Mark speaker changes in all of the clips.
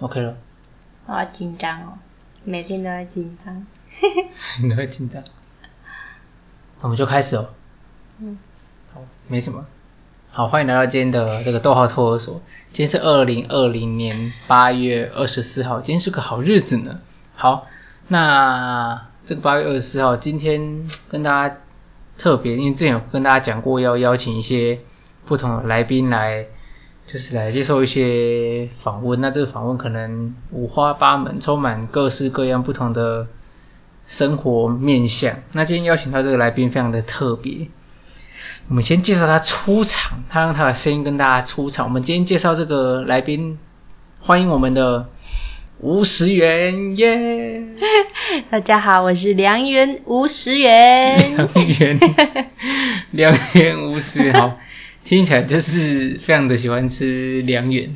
Speaker 1: OK 了，
Speaker 2: 我好紧张哦，每天都在紧张。
Speaker 1: 你会紧张。我们就开始哦。
Speaker 2: 嗯，
Speaker 1: 好，没什么。好，欢迎来到今天的这个逗号托儿所。今天是二零二零年八月二十四号，今天是个好日子呢。好，那这个八月二十四号，今天跟大家特别，因为之前有跟大家讲过，要邀请一些不同的来宾来，就是来接受一些访问。那这个访问可能五花八门，充满各式各样不同的生活面向。那今天邀请到这个来宾非常的特别，我们先介绍他出场，他让他的声音跟大家出场。我们今天介绍这个来宾，欢迎我们的吴十元耶，
Speaker 2: 大家好，我是梁元吴十元
Speaker 1: 两。元，两元五十元，好，听起来就是非常的喜欢吃两元。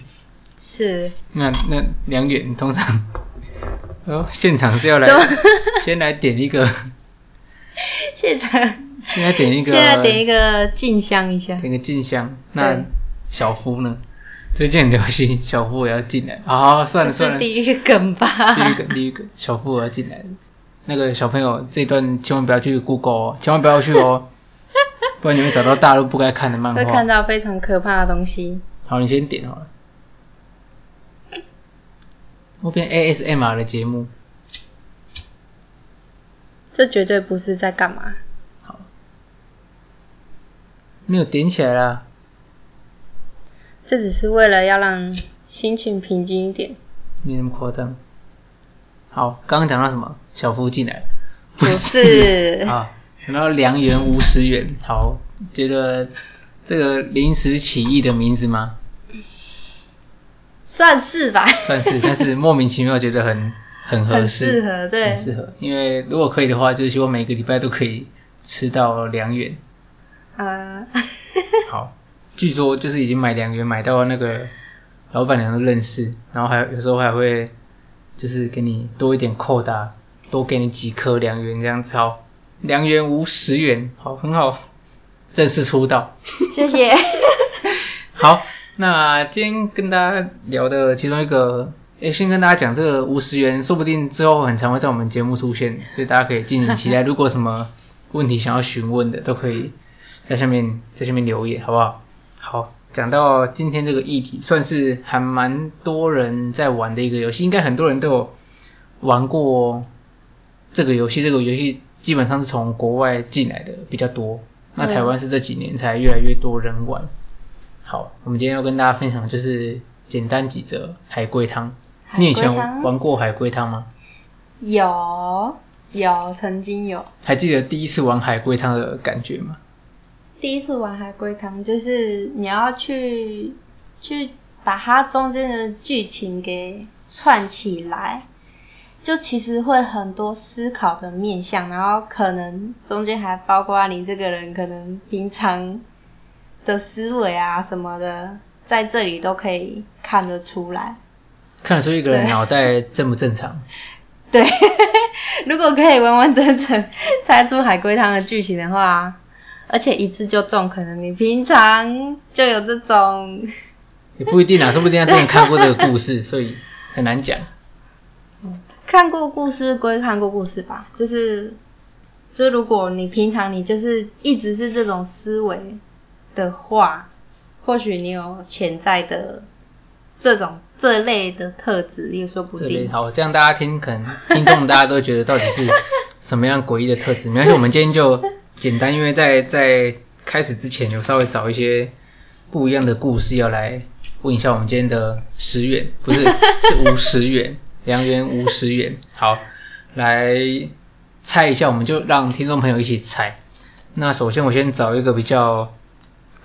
Speaker 2: 是，
Speaker 1: 那那两元通常，哦，现场是要来
Speaker 2: 怎么
Speaker 1: 先来点一 个，
Speaker 2: 现在
Speaker 1: 先来点一个，
Speaker 2: 现在点一个静香一下。
Speaker 1: 那个静香，那
Speaker 2: 对
Speaker 1: 小夫呢？最近很流行小夫也要进来，好、算了
Speaker 2: 这
Speaker 1: 算
Speaker 2: 是
Speaker 1: 了，
Speaker 2: 第一个梗吧？
Speaker 1: 第一个第一个小夫我要进来了。那个小朋友这一段千万不要去 Google 哦，千万不要去 哦，不然你会找到大陆不该看的漫
Speaker 2: 会看
Speaker 1: 画。
Speaker 2: 到非常可怕的东西。
Speaker 1: 好，你先点好了。后边 ASMR 的节目，
Speaker 2: 这绝对不是在干嘛。
Speaker 1: 没有点起来啦。
Speaker 2: 这只是为了要让心情平静一点。
Speaker 1: 没那么夸张。好，刚刚讲到什么？小夫进来了，
Speaker 2: 不是
Speaker 1: 啊，讲到良缘五十元。好，觉得这个临时起意的名字吗？
Speaker 2: 算是吧，
Speaker 1: 算是，但是莫名其妙觉得很很合
Speaker 2: 很
Speaker 1: 适，
Speaker 2: 适合，对
Speaker 1: 很，适合。因为如果可以的话，就是希望每个礼拜都可以吃到良缘。
Speaker 2: 啊，
Speaker 1: 好，据说就是已经买良缘买到那个老板娘都认识，然后还有有时候还会就是给你多一点扣打，多给你几颗良缘这样子。好，良缘无十元，好，很好，正式出道。
Speaker 2: 谢谢。
Speaker 1: 好，那今天跟大家聊的其中一个，诶，先跟大家讲这个五十元，说不定之后很常会在我们节目出现，所以大家可以敬请期待。如果有什么问题想要询问的，都可以在下面在下面留言，好不好？好，讲到今天这个议题，算是还蛮多人在玩的一个游戏，应该很多人都有玩过这个游戏。这个游戏基本上是从国外进来的比较多，那台湾是这几年才越来越多人玩。好，我们今天要跟大家分享的就是简单几则海龟汤。你以前
Speaker 2: 海龟汤
Speaker 1: 玩过海龟汤吗？
Speaker 2: 有有曾经有，
Speaker 1: 还记得第一次玩海龟汤的感觉吗？
Speaker 2: 第一次玩海龟汤就是你要去去把它中间的剧情给串起来，就其实会很多思考的面向，然后可能中间还包括你这个人可能平常的思维啊什么的，在这里都可以看得出来。
Speaker 1: 看得出一个人
Speaker 2: 对
Speaker 1: 脑袋正不正常。
Speaker 2: 对， 如果可以完完整整猜出海龟汤的剧情的话，而且一次就中，可能你平常就有这种，
Speaker 1: 也不一定啊，说不定他真的看过这个故事，所以很难讲。
Speaker 2: 看过故事归看过故事吧，就是，就如果你平常你就是一直是这种思维的话，或许你有潜在的这种这类的特质也说不
Speaker 1: 这边
Speaker 2: 定。
Speaker 1: 好，这样大家听，可能听众大家都觉得到底 是什么样诡异的特质。没关系，我们今天就简单，因为在在开始之前有稍微找一些不一样的故事要来问一下我们今天的十元，不是是五十元，两元五十元。好，来猜一下，我们就让听众朋友一起猜。那首先我先找一个比较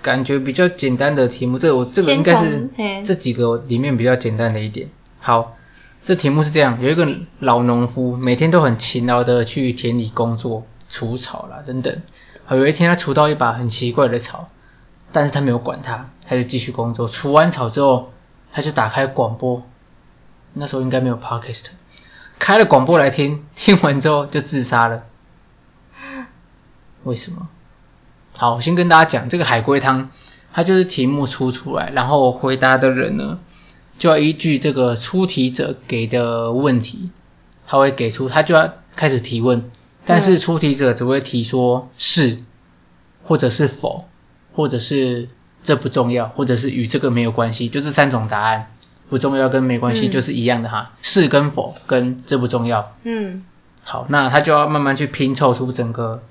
Speaker 1: 感觉比较简单的题目，这个我这个应该是
Speaker 2: 先从嘿
Speaker 1: 这几个里面比较简单的一点。好，这题目是这样：有一个老农夫每天都很勤劳的去田里工作、除草啦等等。好，有一天他除到一把很奇怪的草，但是他没有管它，他就继续工作。除完草之后，他就打开广播，那时候应该没有 podcast，开了广播来听， 听完之后就自杀了。为什么？好，我先跟大家讲这个海龟汤，它就是题目出出来，然后回答的人呢就要依据这个出题者给的问题，他会给出，他就要开始提问。但是出题者只会提说是，或者是否，或者是这不重要，或者是与这个没有关系，就这三种答案。不重要跟没关系
Speaker 2: 嗯
Speaker 1: 就是一样的哈，是跟否跟这不重要。
Speaker 2: 嗯
Speaker 1: 好，那他就要慢慢去拼凑出整个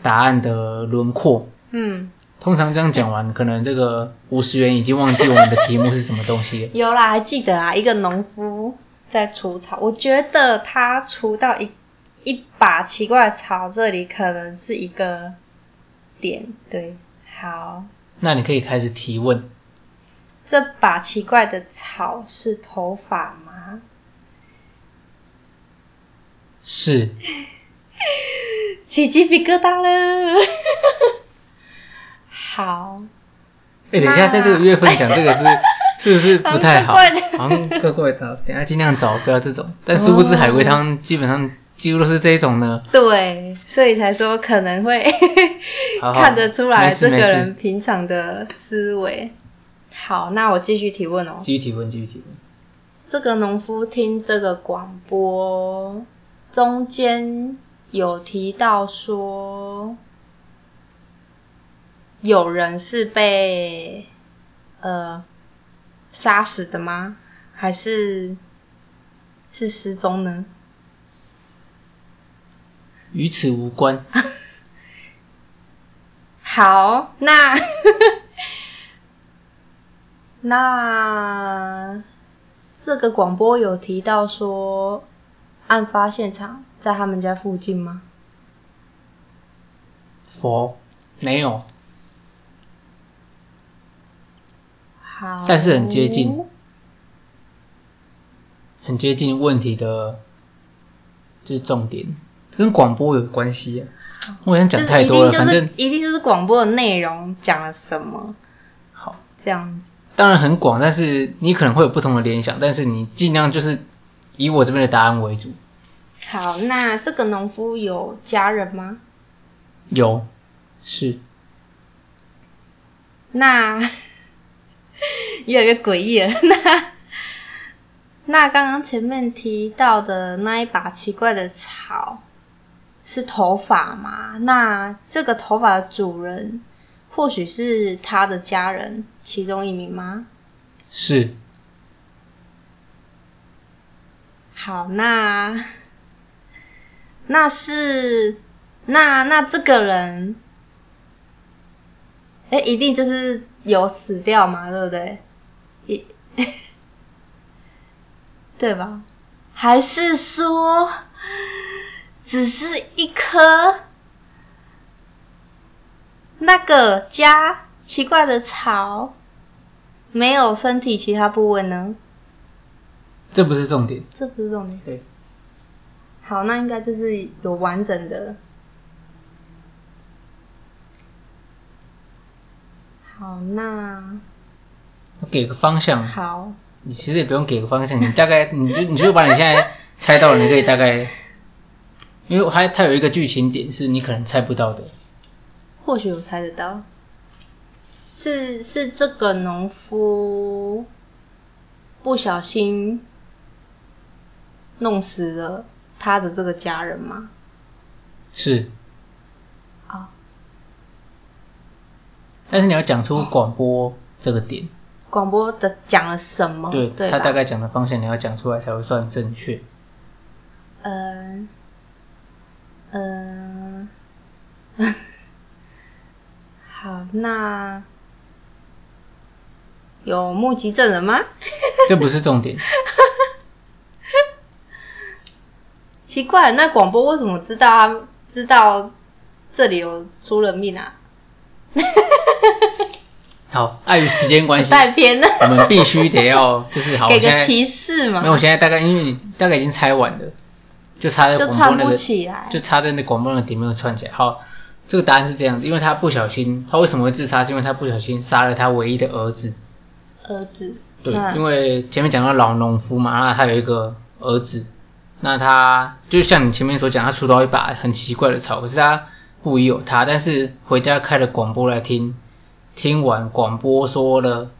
Speaker 1: 答案的轮廓。
Speaker 2: 嗯，。
Speaker 1: 通常这样讲完，可能这个五十元已经忘记我们的题目是什么东西了
Speaker 2: 有啦，还记得啊，一个农夫在除草，我觉得他除到一一把奇怪的草，这里可能是一个点，对，好，
Speaker 1: 那你可以开始提问，
Speaker 2: 这把奇怪的草是头发吗？
Speaker 1: 是
Speaker 2: 起鸡皮疙瘩了。好，
Speaker 1: 哎、等一下，在这个月份讲这个是是不是不太好？
Speaker 2: 蛮怪的
Speaker 1: 好像怪怪的，等一下尽量找不要这种。但殊不知海龟汤基本上几乎都是这一种呢。
Speaker 2: 对，所以才说可能会
Speaker 1: 好好
Speaker 2: 看得出来
Speaker 1: 没事
Speaker 2: 这个
Speaker 1: 没事
Speaker 2: 人平常的思维。好，那我继续提问哦。
Speaker 1: 继续提问，继续提问。
Speaker 2: 这个农夫听这个广播中间有提到说，有人是被呃杀死的吗？还是是失踪呢？
Speaker 1: 与此无关，
Speaker 2: 好，那 那这个广播有提到说，案发现场在他们家附近吗？
Speaker 1: 否，没有。
Speaker 2: 好，
Speaker 1: 但是很接近很接近问题的，就是重点，跟广播有关系、啊。我想讲太多了，
Speaker 2: 就是一定
Speaker 1: 反
Speaker 2: 就是
Speaker 1: 正
Speaker 2: 一定就是广播的内容讲了什么
Speaker 1: 好，
Speaker 2: 这样子。
Speaker 1: 当然很广，但是你可能会有不同的联想，但是你尽量就是以我这边的答案为主。
Speaker 2: 好，那这个农夫有家人吗？
Speaker 1: 有，是
Speaker 2: 那越来越诡异了。 那那刚刚前面提到的那一把奇怪的草是头发吗？那这个头发的主人或许是他的家人其中一名吗？
Speaker 1: 是
Speaker 2: 好，那那是那那这个人，哎，一定就是有死掉嘛，对不对？一 对吧？还是说只是一颗那个加奇怪的草，没有身体其他部位呢？
Speaker 1: 这不是重点。
Speaker 2: 这不是重点。
Speaker 1: 对，
Speaker 2: 好，那应该就是有完整的。好，那
Speaker 1: 我给个方向，
Speaker 2: 好，
Speaker 1: 你其实也不用给个方向，你大概你就你就把你现在猜到的，你可以大概，因为它它有一个剧情点是你可能猜不到的。
Speaker 2: 或许我猜得到，是是这个农夫不小心弄死了他的这个家人吗？
Speaker 1: 是，哦
Speaker 2: 啊、
Speaker 1: 但是你要讲
Speaker 2: 哦
Speaker 1: 出广播这个点，
Speaker 2: 广播的讲了什么？
Speaker 1: 对
Speaker 2: 哦对
Speaker 1: 他
Speaker 2: 吧
Speaker 1: 大概讲的方向你要讲出来才会算正确。
Speaker 2: 嗯嗯，好，那有目击证人吗？
Speaker 1: 这不是重点，
Speaker 2: 奇怪，那广播为什么知道他知道这里有出人命啊？
Speaker 1: 好，碍于时间关系，
Speaker 2: 带偏了，
Speaker 1: 我们必须得要就是好，我
Speaker 2: 给
Speaker 1: 现
Speaker 2: 个
Speaker 1: 在
Speaker 2: 提示嘛
Speaker 1: 没有，我，现在大概因为你大概已经猜完了，就差在
Speaker 2: 就
Speaker 1: 广
Speaker 2: 串
Speaker 1: 播那
Speaker 2: 不
Speaker 1: 个，
Speaker 2: 起来。
Speaker 1: 就差在那广播那个点没有串起来。好，这个答案是这样子，因为他不小心，他为什么会自杀？是因为他不小心杀了他唯一的儿子。
Speaker 2: 儿子，
Speaker 1: 对，
Speaker 2: 嗯
Speaker 1: 因为前面讲到老农夫嘛，啊那他有一个儿子，那他就像你前面所讲，他除到一把很奇怪的草，可是他不疑有他，但是回家开了广播来听，听完广播说了，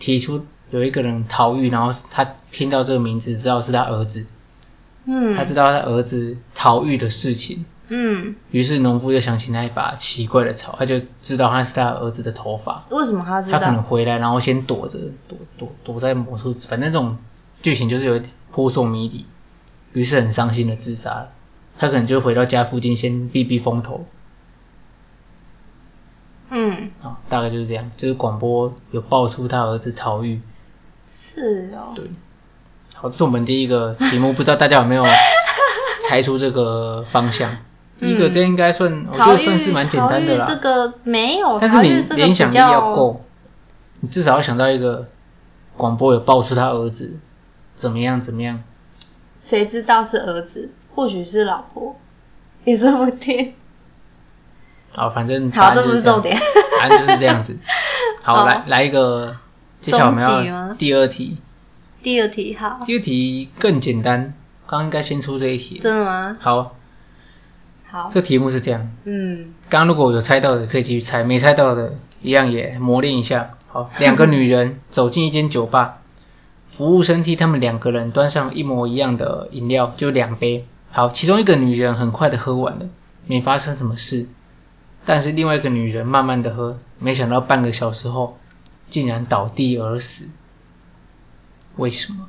Speaker 1: 提出有一个人逃狱，然后他听到这个名字，知道是他儿子，
Speaker 2: 嗯，
Speaker 1: 他知道他儿子逃狱的事情，
Speaker 2: 嗯，
Speaker 1: 于是农夫就想起那一把奇怪的草，他就知道那是他儿子的头发。
Speaker 2: 为什么他知
Speaker 1: 他可能
Speaker 2: 道？
Speaker 1: 回来，然后先躲着，躲躲躲在魔术，反正这种剧情就是有点扑朔迷离，于是很伤心的自杀了。他可能就回到家附近先避避风头
Speaker 2: 嗯，
Speaker 1: 啊、大概就是这样。就是广播有爆出他儿子逃狱，
Speaker 2: 是哦，
Speaker 1: 对。好，这是我们第一个题目，不知道大家有没有猜出这个方 向？第一个这应该算，我觉
Speaker 2: 逃
Speaker 1: 得
Speaker 2: 狱
Speaker 1: 算是蛮简单的啦。
Speaker 2: 嗯逃狱这个没有，
Speaker 1: 但是
Speaker 2: 逃
Speaker 1: 你
Speaker 2: 狱哦这个
Speaker 1: 联想
Speaker 2: 比
Speaker 1: 力
Speaker 2: 较
Speaker 1: 要够，你至少要想到一个广播有爆出他儿子怎么样怎么样，
Speaker 2: 谁知道是儿子，或许是老婆，也说不定。
Speaker 1: 好，反正答
Speaker 2: 好，
Speaker 1: 案
Speaker 2: 这
Speaker 1: 就
Speaker 2: 不
Speaker 1: 是
Speaker 2: 是
Speaker 1: 这样
Speaker 2: 重，点。
Speaker 1: 答案就是这样 子。好，
Speaker 2: 好
Speaker 1: 来来一个，接下来我们
Speaker 2: 终极
Speaker 1: 要
Speaker 2: 吗
Speaker 1: 第二题，
Speaker 2: 第二题好，
Speaker 1: 第二题更简单，刚刚应该先出这一题。
Speaker 2: 真的吗？
Speaker 1: 好，
Speaker 2: 好，
Speaker 1: 这题目是这样，
Speaker 2: 嗯，
Speaker 1: 刚刚如果有猜到的可以继续猜，没猜到的一样也磨练一下。好，两个女人走进一间酒吧，服务生替他们两个人端上一模一样的饮料，就两杯。好，其中一个女人很快的喝完了，没发生什么事，但是另外一个女人慢慢的喝，没想到半个小时后竟然倒地而死。为什么？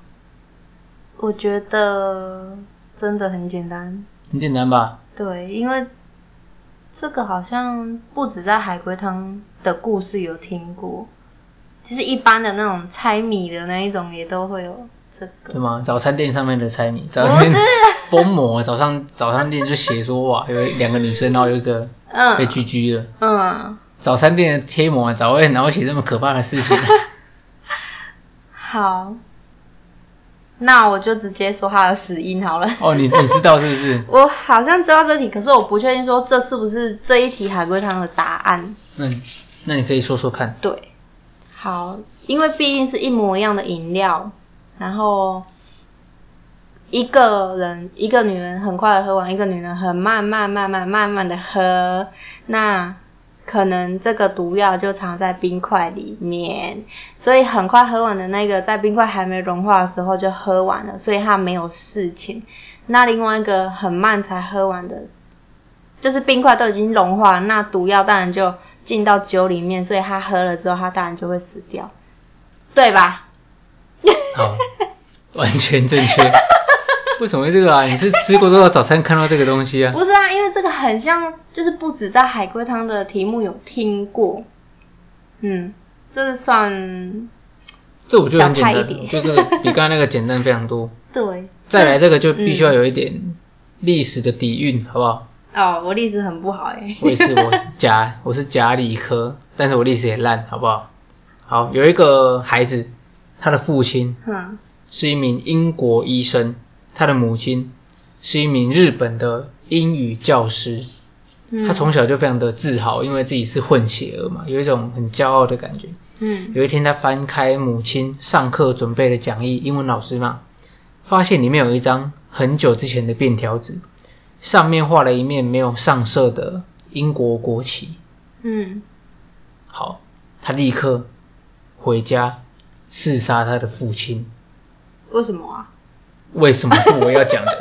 Speaker 2: 我觉得真的很简单。
Speaker 1: 很简单吧？
Speaker 2: 对，因为这个好像不止在海龟汤的故事有听过，就是一般的那种猜谜的那一种也都会有这
Speaker 1: 对
Speaker 2: 个。
Speaker 1: 吗？早餐店上面的猜谜，早餐 店疯魔，早上早餐店就写说哇，有两个女生，然后有一个被
Speaker 2: 嗯
Speaker 1: 狙击了。
Speaker 2: 嗯，
Speaker 1: 早餐店的贴膜早会哪会写这么可怕的事 情？
Speaker 2: 好，那我就直接说他的死因好了。
Speaker 1: 哦，你你知道是不是？
Speaker 2: 我好像知道这题，可是我不确定说这是不是这一题海龟汤的答案。
Speaker 1: 那你那你可以说说看。
Speaker 2: 对，好，因为毕竟是一模一样的饮料，然后一个人一个女人很快的喝完，一个女人很慢慢慢慢慢慢的喝，那可能这个毒药就藏在冰块里面，所以很快喝完的那个在冰块还没融化的时候就喝完了，所以他没有事情。那另外一个很慢才喝完的，就是冰块都已经融化，那毒药当然就进到酒里面，所以他喝了之后，他当然就会死掉，对吧？
Speaker 1: 好，完全正确。为什么会这个啊？你是吃过多少早餐看到这个东西啊？
Speaker 2: 不是啊，因为这个很像，就是不止在海龟汤的题目有听过，嗯，这是算
Speaker 1: 这我觉得很简单
Speaker 2: 小菜一，碟
Speaker 1: 我觉得这个比刚刚那个简单非常 多。
Speaker 2: 对
Speaker 1: 再来这个就必须
Speaker 2: 嗯
Speaker 1: 要有一点历史的底蕴，好不好？
Speaker 2: 哦。我历史很不好哎、
Speaker 1: 我也是，我是假，我是假理科，但是我历史也烂，好不好？好，有一个孩子，他的父亲
Speaker 2: 哼，
Speaker 1: 是一名英国医生，他的母亲是一名日本的英语教师。
Speaker 2: 嗯
Speaker 1: 他从小就非常的自豪，因为自己是混血儿嘛，有一种很骄傲的感觉。
Speaker 2: 嗯
Speaker 1: 有一天，他翻开母亲上课准备的讲义，英文老师嘛，发现里面有一张很久之前的便条纸，上面画了一面没有上色的英国国旗。
Speaker 2: 嗯，
Speaker 1: 好，他立刻回家刺杀他的父亲。
Speaker 2: 为什么啊？
Speaker 1: 为什么是我要讲 的？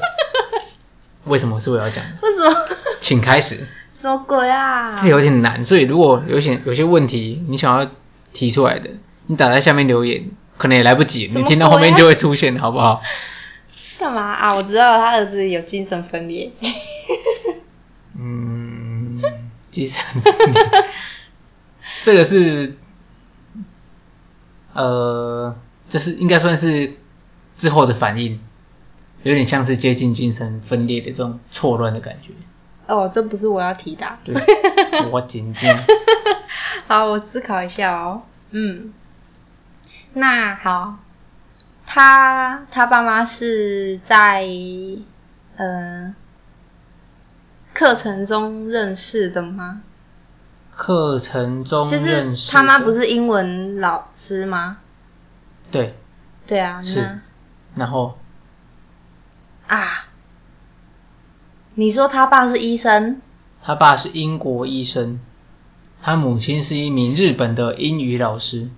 Speaker 1: 为什么是我要讲的？
Speaker 2: 为什么？
Speaker 1: 请开始。
Speaker 2: 什么鬼啊？
Speaker 1: 这有点难，所以如果有些有些问题你想要提出来的，你打在下面留言，可能也来不及，
Speaker 2: 什么
Speaker 1: 你听到后
Speaker 2: 鬼
Speaker 1: 面
Speaker 2: 啊
Speaker 1: 就会出现，好不好？
Speaker 2: 干嘛啊？我知道他儿子有精神分裂。
Speaker 1: 嗯，其实 这个是呃，这是应该算是之后的反应，有点像是接近精神分裂的这种错乱的感觉。
Speaker 2: 哦，这不是我要提的啊、
Speaker 1: 对，我紧张。
Speaker 2: 好，我思考一下哦。嗯，那好，他他爸妈是在呃课程中认识的吗？
Speaker 1: 课程中
Speaker 2: 就
Speaker 1: 认
Speaker 2: 是
Speaker 1: 识
Speaker 2: 他妈
Speaker 1: 的
Speaker 2: 不是英文老师吗？
Speaker 1: 对，
Speaker 2: 对啊，
Speaker 1: 是
Speaker 2: 那
Speaker 1: 然后
Speaker 2: 啊，你说他爸是医生，
Speaker 1: 他爸是英国医生，他母亲是一名日本的英语老师。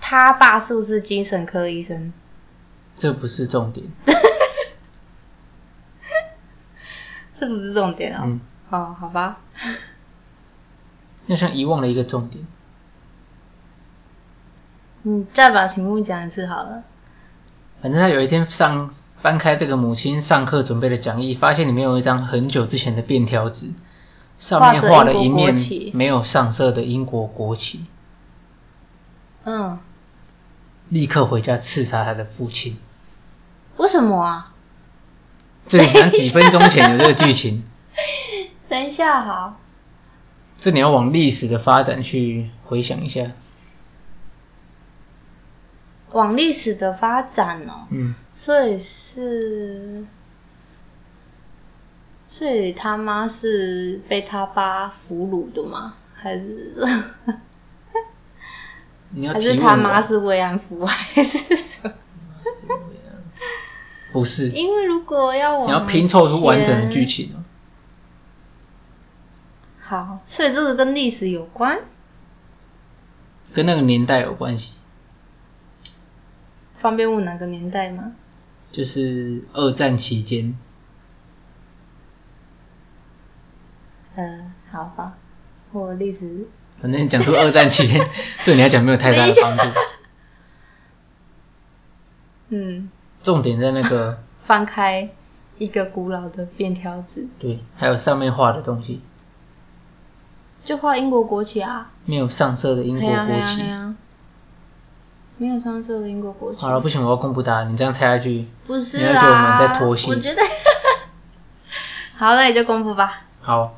Speaker 2: 他爸是不是精神科医生？
Speaker 1: 嗯这不是重点。
Speaker 2: 这不是重点哦。
Speaker 1: 嗯，
Speaker 2: 哦，好吧。
Speaker 1: 你好像遗忘了一个重点。
Speaker 2: 你嗯再把题目讲一次好了。
Speaker 1: 反正他有一天上翻开这个母亲上课准备的讲义，发现里面有一张很久之前的便条纸，上面
Speaker 2: 画着
Speaker 1: 画了一
Speaker 2: 英国国
Speaker 1: 面
Speaker 2: 旗
Speaker 1: 没有上色的英国国旗，
Speaker 2: 嗯，
Speaker 1: 立刻回家刺杀他的父亲。
Speaker 2: 为什么啊？
Speaker 1: 这里好像几分钟前有这个剧 情，
Speaker 2: 等一下，好。
Speaker 1: 这你要往历史的发展去回想一下。
Speaker 2: 往历史的发展哦，
Speaker 1: 嗯，
Speaker 2: 所以是，所以他妈是被他爸俘虏的吗？还是
Speaker 1: 你要
Speaker 2: 还
Speaker 1: 提问
Speaker 2: 是
Speaker 1: 我
Speaker 2: 他妈是慰安妇还是什么？
Speaker 1: 不是？你
Speaker 2: 因为如果要往
Speaker 1: 要拼凑出完整的剧
Speaker 2: 前，
Speaker 1: 情哦。
Speaker 2: 好，所以这个跟历史有关，
Speaker 1: 跟那个年代有关系，
Speaker 2: 方便问哪个年代吗？
Speaker 1: 就是二战期间，
Speaker 2: 嗯，好吧，我历史
Speaker 1: 反正讲出二战期 间对你来讲没有太大的帮助。
Speaker 2: 嗯，
Speaker 1: 重点在那 个
Speaker 2: 翻开一个古老的便条纸，
Speaker 1: 对，还有上面画的东西，
Speaker 2: 就画英国国旗啊，
Speaker 1: 没有上色的英国
Speaker 2: 嘿哎呀嘿
Speaker 1: 国
Speaker 2: 呀
Speaker 1: 旗
Speaker 2: 嘿。呀，没有上色的英国国旗。
Speaker 1: 好了，不行，我要公布答案。你这样猜下去，
Speaker 2: 不是
Speaker 1: 你要
Speaker 2: 啦，
Speaker 1: 觉得我们在拖戏
Speaker 2: 我觉得， 好，那你就公布吧。
Speaker 1: 好。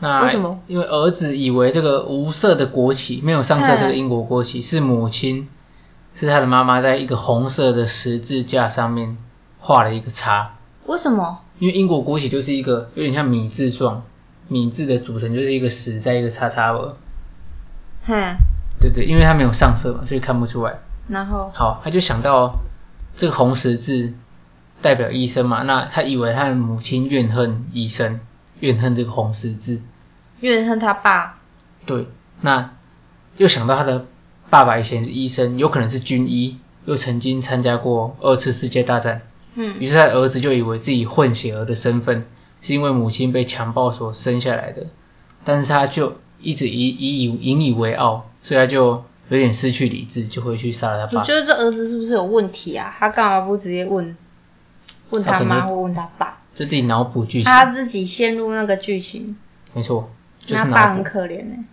Speaker 1: 那
Speaker 2: 为什么？
Speaker 1: 因为儿子以为这个无色的国旗，没有上色这个
Speaker 2: 嗯
Speaker 1: 英国国旗是母亲，是他的妈妈在一个红色的十字架上面画了一个叉。
Speaker 2: 为什么？
Speaker 1: 因为英国国旗就是一个有点像米字状，米字的组成就是一个十在一个叉叉额，
Speaker 2: 哼，
Speaker 1: 对对，因为它没有上色嘛，所以看不出来。
Speaker 2: 然后
Speaker 1: 好，他就想到这个红十字代表医生嘛，那他以为他的母亲怨恨医生，怨恨这个红十字，
Speaker 2: 怨恨他爸，
Speaker 1: 对，那又想到他的爸爸以前是医生，有可能是军医，又曾经参加过二次世界大战，于
Speaker 2: 嗯，
Speaker 1: 是他的儿子就以为自己混血儿的身份是因为母亲被强暴所生下来的，但是他就一直以以以引以为傲，所以他就有点失去理智，就回去杀了他
Speaker 2: 我
Speaker 1: 爸
Speaker 2: 觉。得这儿子是不是有问题啊？他干嘛不直接问问
Speaker 1: 他
Speaker 2: 他
Speaker 1: 可能
Speaker 2: 妈或问他爸？
Speaker 1: 就自己脑补剧情，
Speaker 2: 他自己陷入那个剧情，
Speaker 1: 没错，就是
Speaker 2: 那爸
Speaker 1: 脑补，
Speaker 2: 很可怜欸呢、。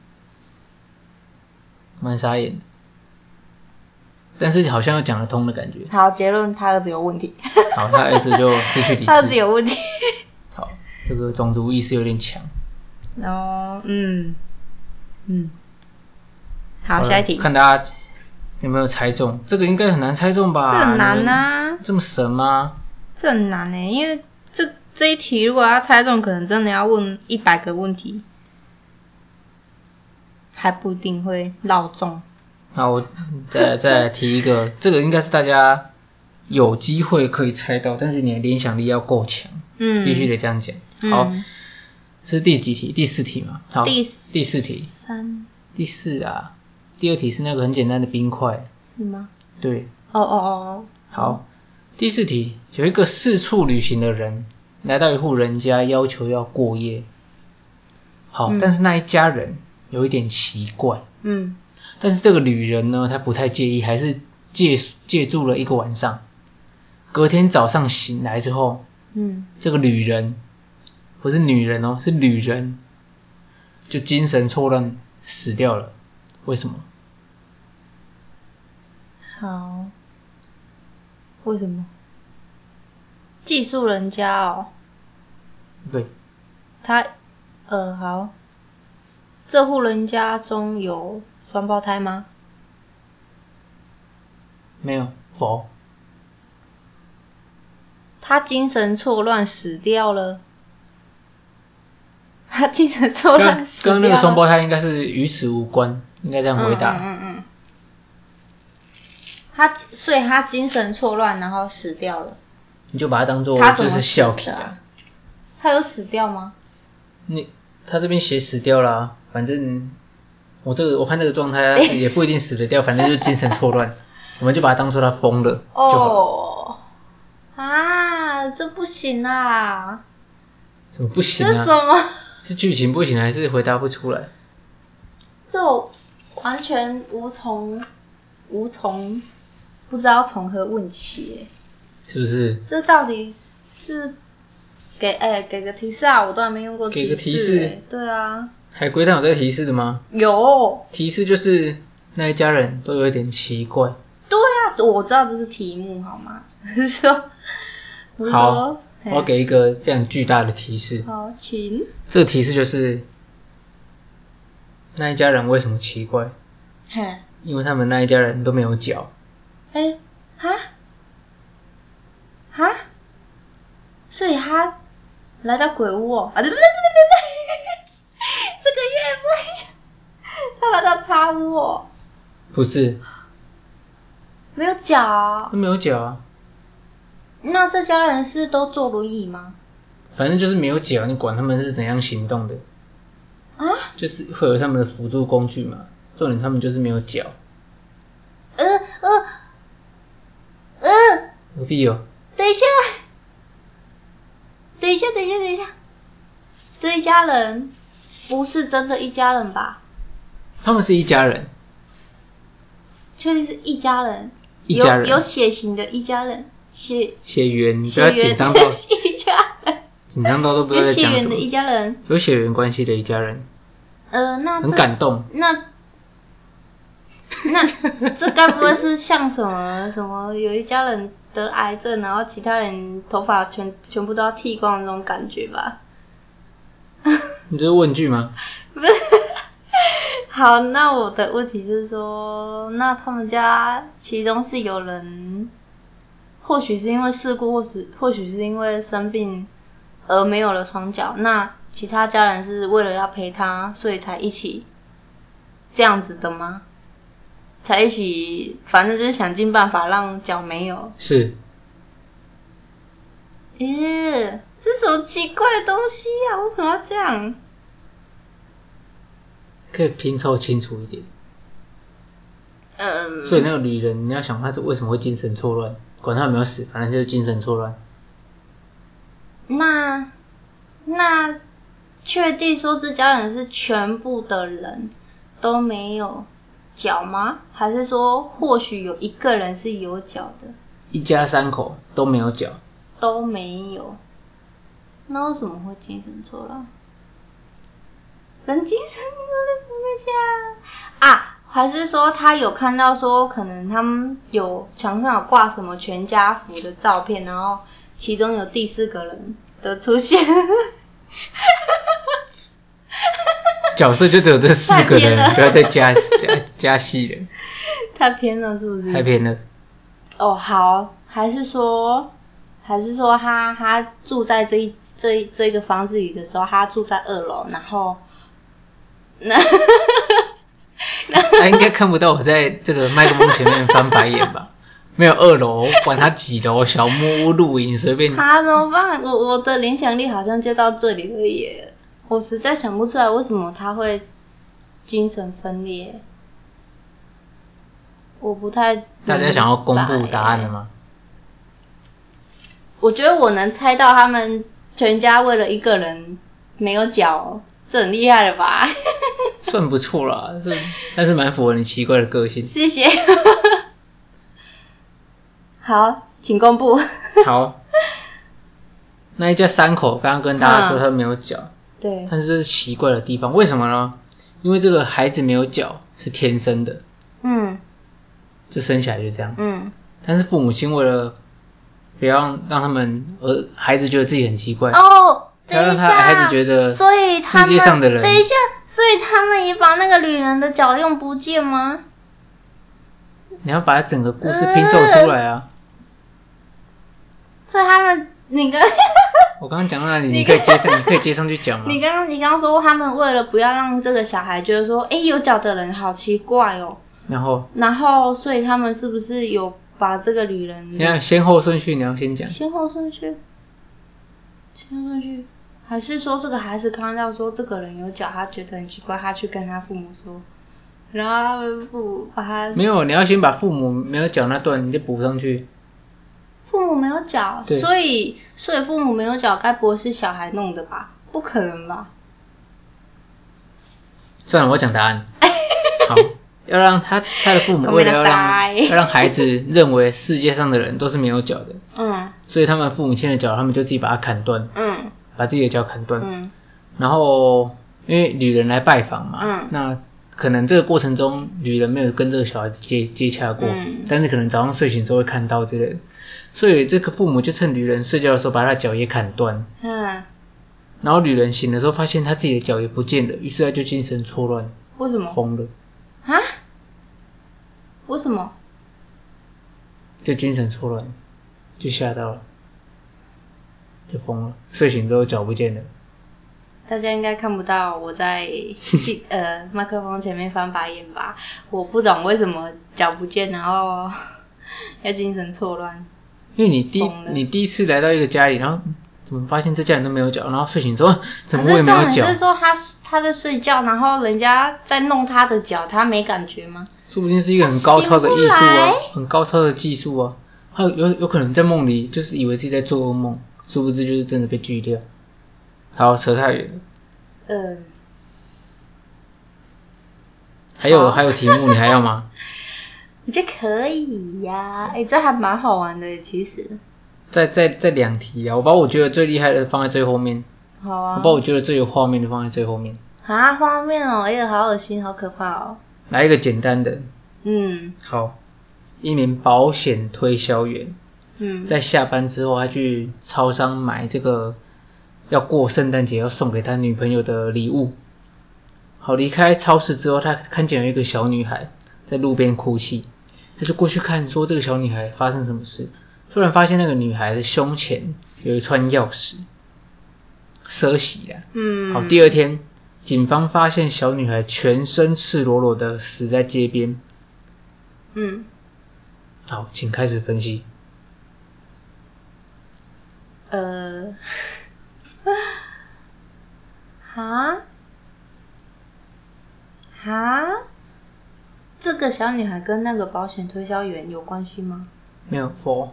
Speaker 1: 蛮傻眼的。但是好像又讲得通的感觉
Speaker 2: 好，结论他儿子有问题，
Speaker 1: 好，他儿子就失去理
Speaker 2: 他儿子
Speaker 1: 智。
Speaker 2: 有问题。
Speaker 1: 好，这个种族意识有点强。
Speaker 2: 然后，嗯嗯，好，
Speaker 1: 了
Speaker 2: 下一题，
Speaker 1: 看大家有没有猜中。这个应该很难猜中吧？
Speaker 2: 这很难
Speaker 1: 你
Speaker 2: 啊
Speaker 1: 们，这么神吗？
Speaker 2: 这很难呢、欸因为这这一题如果要猜中，可能真的要问一百个问题，还不一定会绕中。
Speaker 1: 那我再 再来提一个，这个应该是大家有机会可以猜到，但是你的联想力要够强，
Speaker 2: 嗯，
Speaker 1: 必须得这样讲。好，
Speaker 2: 嗯
Speaker 1: 这是第几题？第四题嘛。好，
Speaker 2: 第四
Speaker 1: 第四题，
Speaker 2: 三
Speaker 1: 第四啊，第二题是那个很简单的冰块。
Speaker 2: 是吗？
Speaker 1: 对，
Speaker 2: 哦哦哦，
Speaker 1: 好，第四题有一个四处旅行的人来到一户人家，要求要过夜。好，
Speaker 2: 嗯
Speaker 1: 但是那一家人有一点奇怪，
Speaker 2: 嗯
Speaker 1: 但是这个旅人呢，他不太介意，还是借借住了一个晚上。隔天早上醒来之后，
Speaker 2: 嗯，
Speaker 1: 这个旅人不是女人哦，是旅人，就精神错乱死掉了。为什么？
Speaker 2: 嗯好，为什么？寄宿人家哦，
Speaker 1: 对，
Speaker 2: 他呃好，这户人家中有双胞胎吗？
Speaker 1: 没有否，
Speaker 2: 他精神错乱死掉了。他精神错
Speaker 1: 刚刚
Speaker 2: 乱死掉
Speaker 1: 刚
Speaker 2: 了。
Speaker 1: 那个双胞胎应该是与此无关，应该这样回答。
Speaker 2: 嗯嗯嗯嗯。他所以他精神错乱，然后死掉了。
Speaker 1: 你就把它当做
Speaker 2: 他怎
Speaker 1: 就
Speaker 2: 么
Speaker 1: 是
Speaker 2: 死
Speaker 1: 笑皮
Speaker 2: 的啊？。他有死掉吗？
Speaker 1: 你他这边写死掉啦、反正我这个我看这个状 态他也不一定死得掉，反正就是精神错乱，我们就把它当做他疯了就好了。
Speaker 2: 哦，啊，这不行啊！
Speaker 1: 怎么不行
Speaker 2: 这是什
Speaker 1: 啊？
Speaker 2: 么？
Speaker 1: 是剧情不行还是回答不出来？
Speaker 2: 这我完全无从无从，不知道从何问起耶。
Speaker 1: 是不是？
Speaker 2: 这到底是给哎、给个提示啊？我都还没用过
Speaker 1: 给个提
Speaker 2: 示耶。
Speaker 1: 示
Speaker 2: 对啊，
Speaker 1: 海龟蛋有在提示的吗？
Speaker 2: 有。
Speaker 1: 提示就是那一家人都有一点奇怪。
Speaker 2: 对啊，我知道这是题目好吗？ 是说，不是
Speaker 1: 好
Speaker 2: 说，
Speaker 1: 我
Speaker 2: 嘿
Speaker 1: 要给一个非常巨大的提示，
Speaker 2: 好，请
Speaker 1: 这个提示就是那一家人为什么奇怪？
Speaker 2: 嘿，哎、
Speaker 1: 因为他们那一家人都没有脚。
Speaker 2: 哈哈，所以他来到鬼屋哦，啊对对对对对，这个月不行，他来到他屋哦，
Speaker 1: 不是，
Speaker 2: 没有脚哦、
Speaker 1: 都没有脚啊，
Speaker 2: 那这家人是都坐轮椅吗？
Speaker 1: 反正就是没有脚，你管他们是怎样行动的，
Speaker 2: 啊，
Speaker 1: 就是会有他们的辅助工具嘛。重点他们就是没有脚，
Speaker 2: 呃呃呃，
Speaker 1: 何必有？
Speaker 2: 等一下，等一下，等一下，等一下，这一家人不是真的一家人吧？
Speaker 1: 他们是一家人，
Speaker 2: 确定是一家人，
Speaker 1: 一家人
Speaker 2: 有有血型的一家人，血
Speaker 1: 血缘，你不要
Speaker 2: 血
Speaker 1: 紧
Speaker 2: 缘
Speaker 1: 张到
Speaker 2: 的一家人，
Speaker 1: 紧张到都不知
Speaker 2: 有
Speaker 1: 道在
Speaker 2: 血
Speaker 1: 讲
Speaker 2: 缘
Speaker 1: 什
Speaker 2: 的
Speaker 1: 么。
Speaker 2: 一家人。
Speaker 1: 有血缘关系的一家人，
Speaker 2: 呃，那
Speaker 1: 很
Speaker 2: 这
Speaker 1: 感动。
Speaker 2: 那那这该不会是像什么什么有一家人得癌症，然后其他人头发全全部都要剃光的那种感觉吧？
Speaker 1: 你这是问句吗？
Speaker 2: 不是。 好，那我的问题就是说，那他们家其中是有人，或许是因为事故，或许或许是因为生病而没有了双脚，那其他家人是为了要陪他，所以才一起这样子的吗？才一起，反正就是想尽办法让脚没有。
Speaker 1: 是，
Speaker 2: 咦，这什么奇怪的东西呀、为什么要这样？
Speaker 1: 可以拼凑清楚一点。
Speaker 2: 嗯，
Speaker 1: 所以那个女人，你要想她是为什么会精神错乱，管她有没有死，反正就是精神错乱。
Speaker 2: 那那确定说这家人是全部的人都没有脚吗？还是说或许有一个人是有脚的，
Speaker 1: 一家三口都没有脚，
Speaker 2: 都没有？那为什么会精神错乱？跟精神有什么关系啊？啊，还是说他有看到说可能他们有墙上有挂什么全家福的照片，然后其中有第四个人的出现？
Speaker 1: 角色就只有这四个
Speaker 2: 太偏
Speaker 1: 人，
Speaker 2: 了
Speaker 1: 不要再加 加加戏了，
Speaker 2: 太偏了是不是？
Speaker 1: 太偏了。
Speaker 2: 哦，好，还是说，还是说他他住在这一这一这个房子里的时候，他住在二楼，然后那
Speaker 1: 他应该看不到我在这个麦克风前面翻白眼吧？没有二楼，管他几楼，小木屋、露营，随便。
Speaker 2: 他怎么办？我我的联想力好像就到这里而已耶，我实在想不出来为什么他会精神分裂。我不太
Speaker 1: 大家想要公布答案了
Speaker 2: 吗？
Speaker 1: 吗？
Speaker 2: 我觉得我能猜到他们全家为了一个人没有脚，这很厉害了吧？
Speaker 1: 算不错啦，是，但是蛮符合你奇怪的个性。
Speaker 2: 谢谢。 好，请公布。
Speaker 1: 好，那一家三口刚刚跟大家说
Speaker 2: 嗯
Speaker 1: 他没有脚，
Speaker 2: 对，
Speaker 1: 但是这是奇怪的地方，为什么呢？因为这个孩子没有脚是天生的，
Speaker 2: 嗯
Speaker 1: 就生下来就这样。
Speaker 2: 嗯。
Speaker 1: 但是父母亲为了不要让让他们呃孩子觉得自己很奇怪，
Speaker 2: 哦，
Speaker 1: 他
Speaker 2: 等
Speaker 1: 让
Speaker 2: 一
Speaker 1: 他
Speaker 2: 下，
Speaker 1: 孩子觉得
Speaker 2: 所以他们
Speaker 1: 世界上的人
Speaker 2: 等一下，所以他们也把那个女人的脚用不见吗？
Speaker 1: 你要把整个故事拼凑出来啊！
Speaker 2: 所以他们，你 刚
Speaker 1: 我刚刚讲到哪里？
Speaker 2: 你
Speaker 1: 你可以接 上，你可以接上去讲吗？
Speaker 2: 你刚刚你刚刚说他们为了不要让这个小孩觉得说，诶，有脚的人好奇怪哦，
Speaker 1: 然后
Speaker 2: 然后所以他们是不是有把这个女人
Speaker 1: 你要先后顺序，你要先讲。
Speaker 2: 先后顺序，先后顺序，还是说这个孩子看到说这个人有脚，他觉得很奇怪，他去跟他父母说，然后他们不把他
Speaker 1: 没有，你要先把父母没有缴那段，你就补上去。
Speaker 2: 父母没有缴，
Speaker 1: 对
Speaker 2: 所以所以父母没有缴，该不会是小孩弄的吧？不可能吧？
Speaker 1: 算了，我讲答 案。好，要让他他的父母为了要
Speaker 2: I'm gonna
Speaker 1: 让
Speaker 2: die
Speaker 1: 要让孩子认为世界上的人都是没有脚的，
Speaker 2: 嗯
Speaker 1: 所以他们父母亲的脚，他们就自己把它砍断，
Speaker 2: 嗯
Speaker 1: 把自己的脚砍断。
Speaker 2: 嗯
Speaker 1: 然后因为旅人来拜访嘛，
Speaker 2: 嗯
Speaker 1: 那可能这个过程中旅人没有跟这个小孩子接接洽过，
Speaker 2: 嗯
Speaker 1: 但是可能早上睡醒之后会看到之类的，所以这个父母就趁旅人睡觉的时候把他的脚也砍断，
Speaker 2: 嗯，
Speaker 1: 然后旅人醒的时候发现他自己的脚也不见了，于是他就精神错乱，
Speaker 2: 为什么？
Speaker 1: 疯了，
Speaker 2: 啊？为什么？
Speaker 1: 就精神错乱，就吓到了，就疯了，睡醒之后脚不见了，
Speaker 2: 大家应该看不到 我在镜呃麦克风前面翻白眼吧？我不懂为什么脚不见，然后 要精神错乱。
Speaker 1: 因为你第
Speaker 2: 疯了
Speaker 1: 你第一次来到一个家里，然后。嗯怎么发现这家人都没有脚？然后睡醒之后， 怎
Speaker 2: 可
Speaker 1: 么我也
Speaker 2: 是
Speaker 1: 没有
Speaker 2: 重点
Speaker 1: 脚？
Speaker 2: 是说他他在睡觉，然后人家在弄他的脚，他没感觉吗？
Speaker 1: 说不定是一个很高超的艺术
Speaker 2: 醒不
Speaker 1: 啊
Speaker 2: 来，
Speaker 1: 很高超的技术啊。还有有有可能在梦里就是以为自己在做噩梦，殊不知就是真的被锯掉。好，扯太远了。
Speaker 2: 嗯，
Speaker 1: 还有
Speaker 2: 好
Speaker 1: 还有题目，你还要吗？
Speaker 2: 我觉得可以呀、哎、这还蛮好玩的，其实。
Speaker 1: 再再再两题啊！我把我觉得最厉害的放在最后面，
Speaker 2: 好
Speaker 1: 我
Speaker 2: 啊
Speaker 1: 把。我觉得最有画面的放在最后面。
Speaker 2: 啊，画面哦，哎呀，好恶心，好可怕哦。
Speaker 1: 来一个简单的。
Speaker 2: 嗯
Speaker 1: 好，一名保险推销员
Speaker 2: 嗯
Speaker 1: 在下班之后，他去超商买这个要过圣诞节要送给他女朋友的礼物。好，离开超市之后，他看见有一个小女孩在路边哭泣，他就过去看，说这个小女孩发生什么事。突然发现那个女孩的胸前有一串钥匙，蛇洗啊。
Speaker 2: 嗯。
Speaker 1: 好，第二天，警方发现小女孩全身赤裸裸的死在街边。
Speaker 2: 嗯，
Speaker 1: 好，请开始分析。
Speaker 2: 呃，哈，哈，这个小女孩跟那个保险推销员有关系吗？
Speaker 1: 没有 for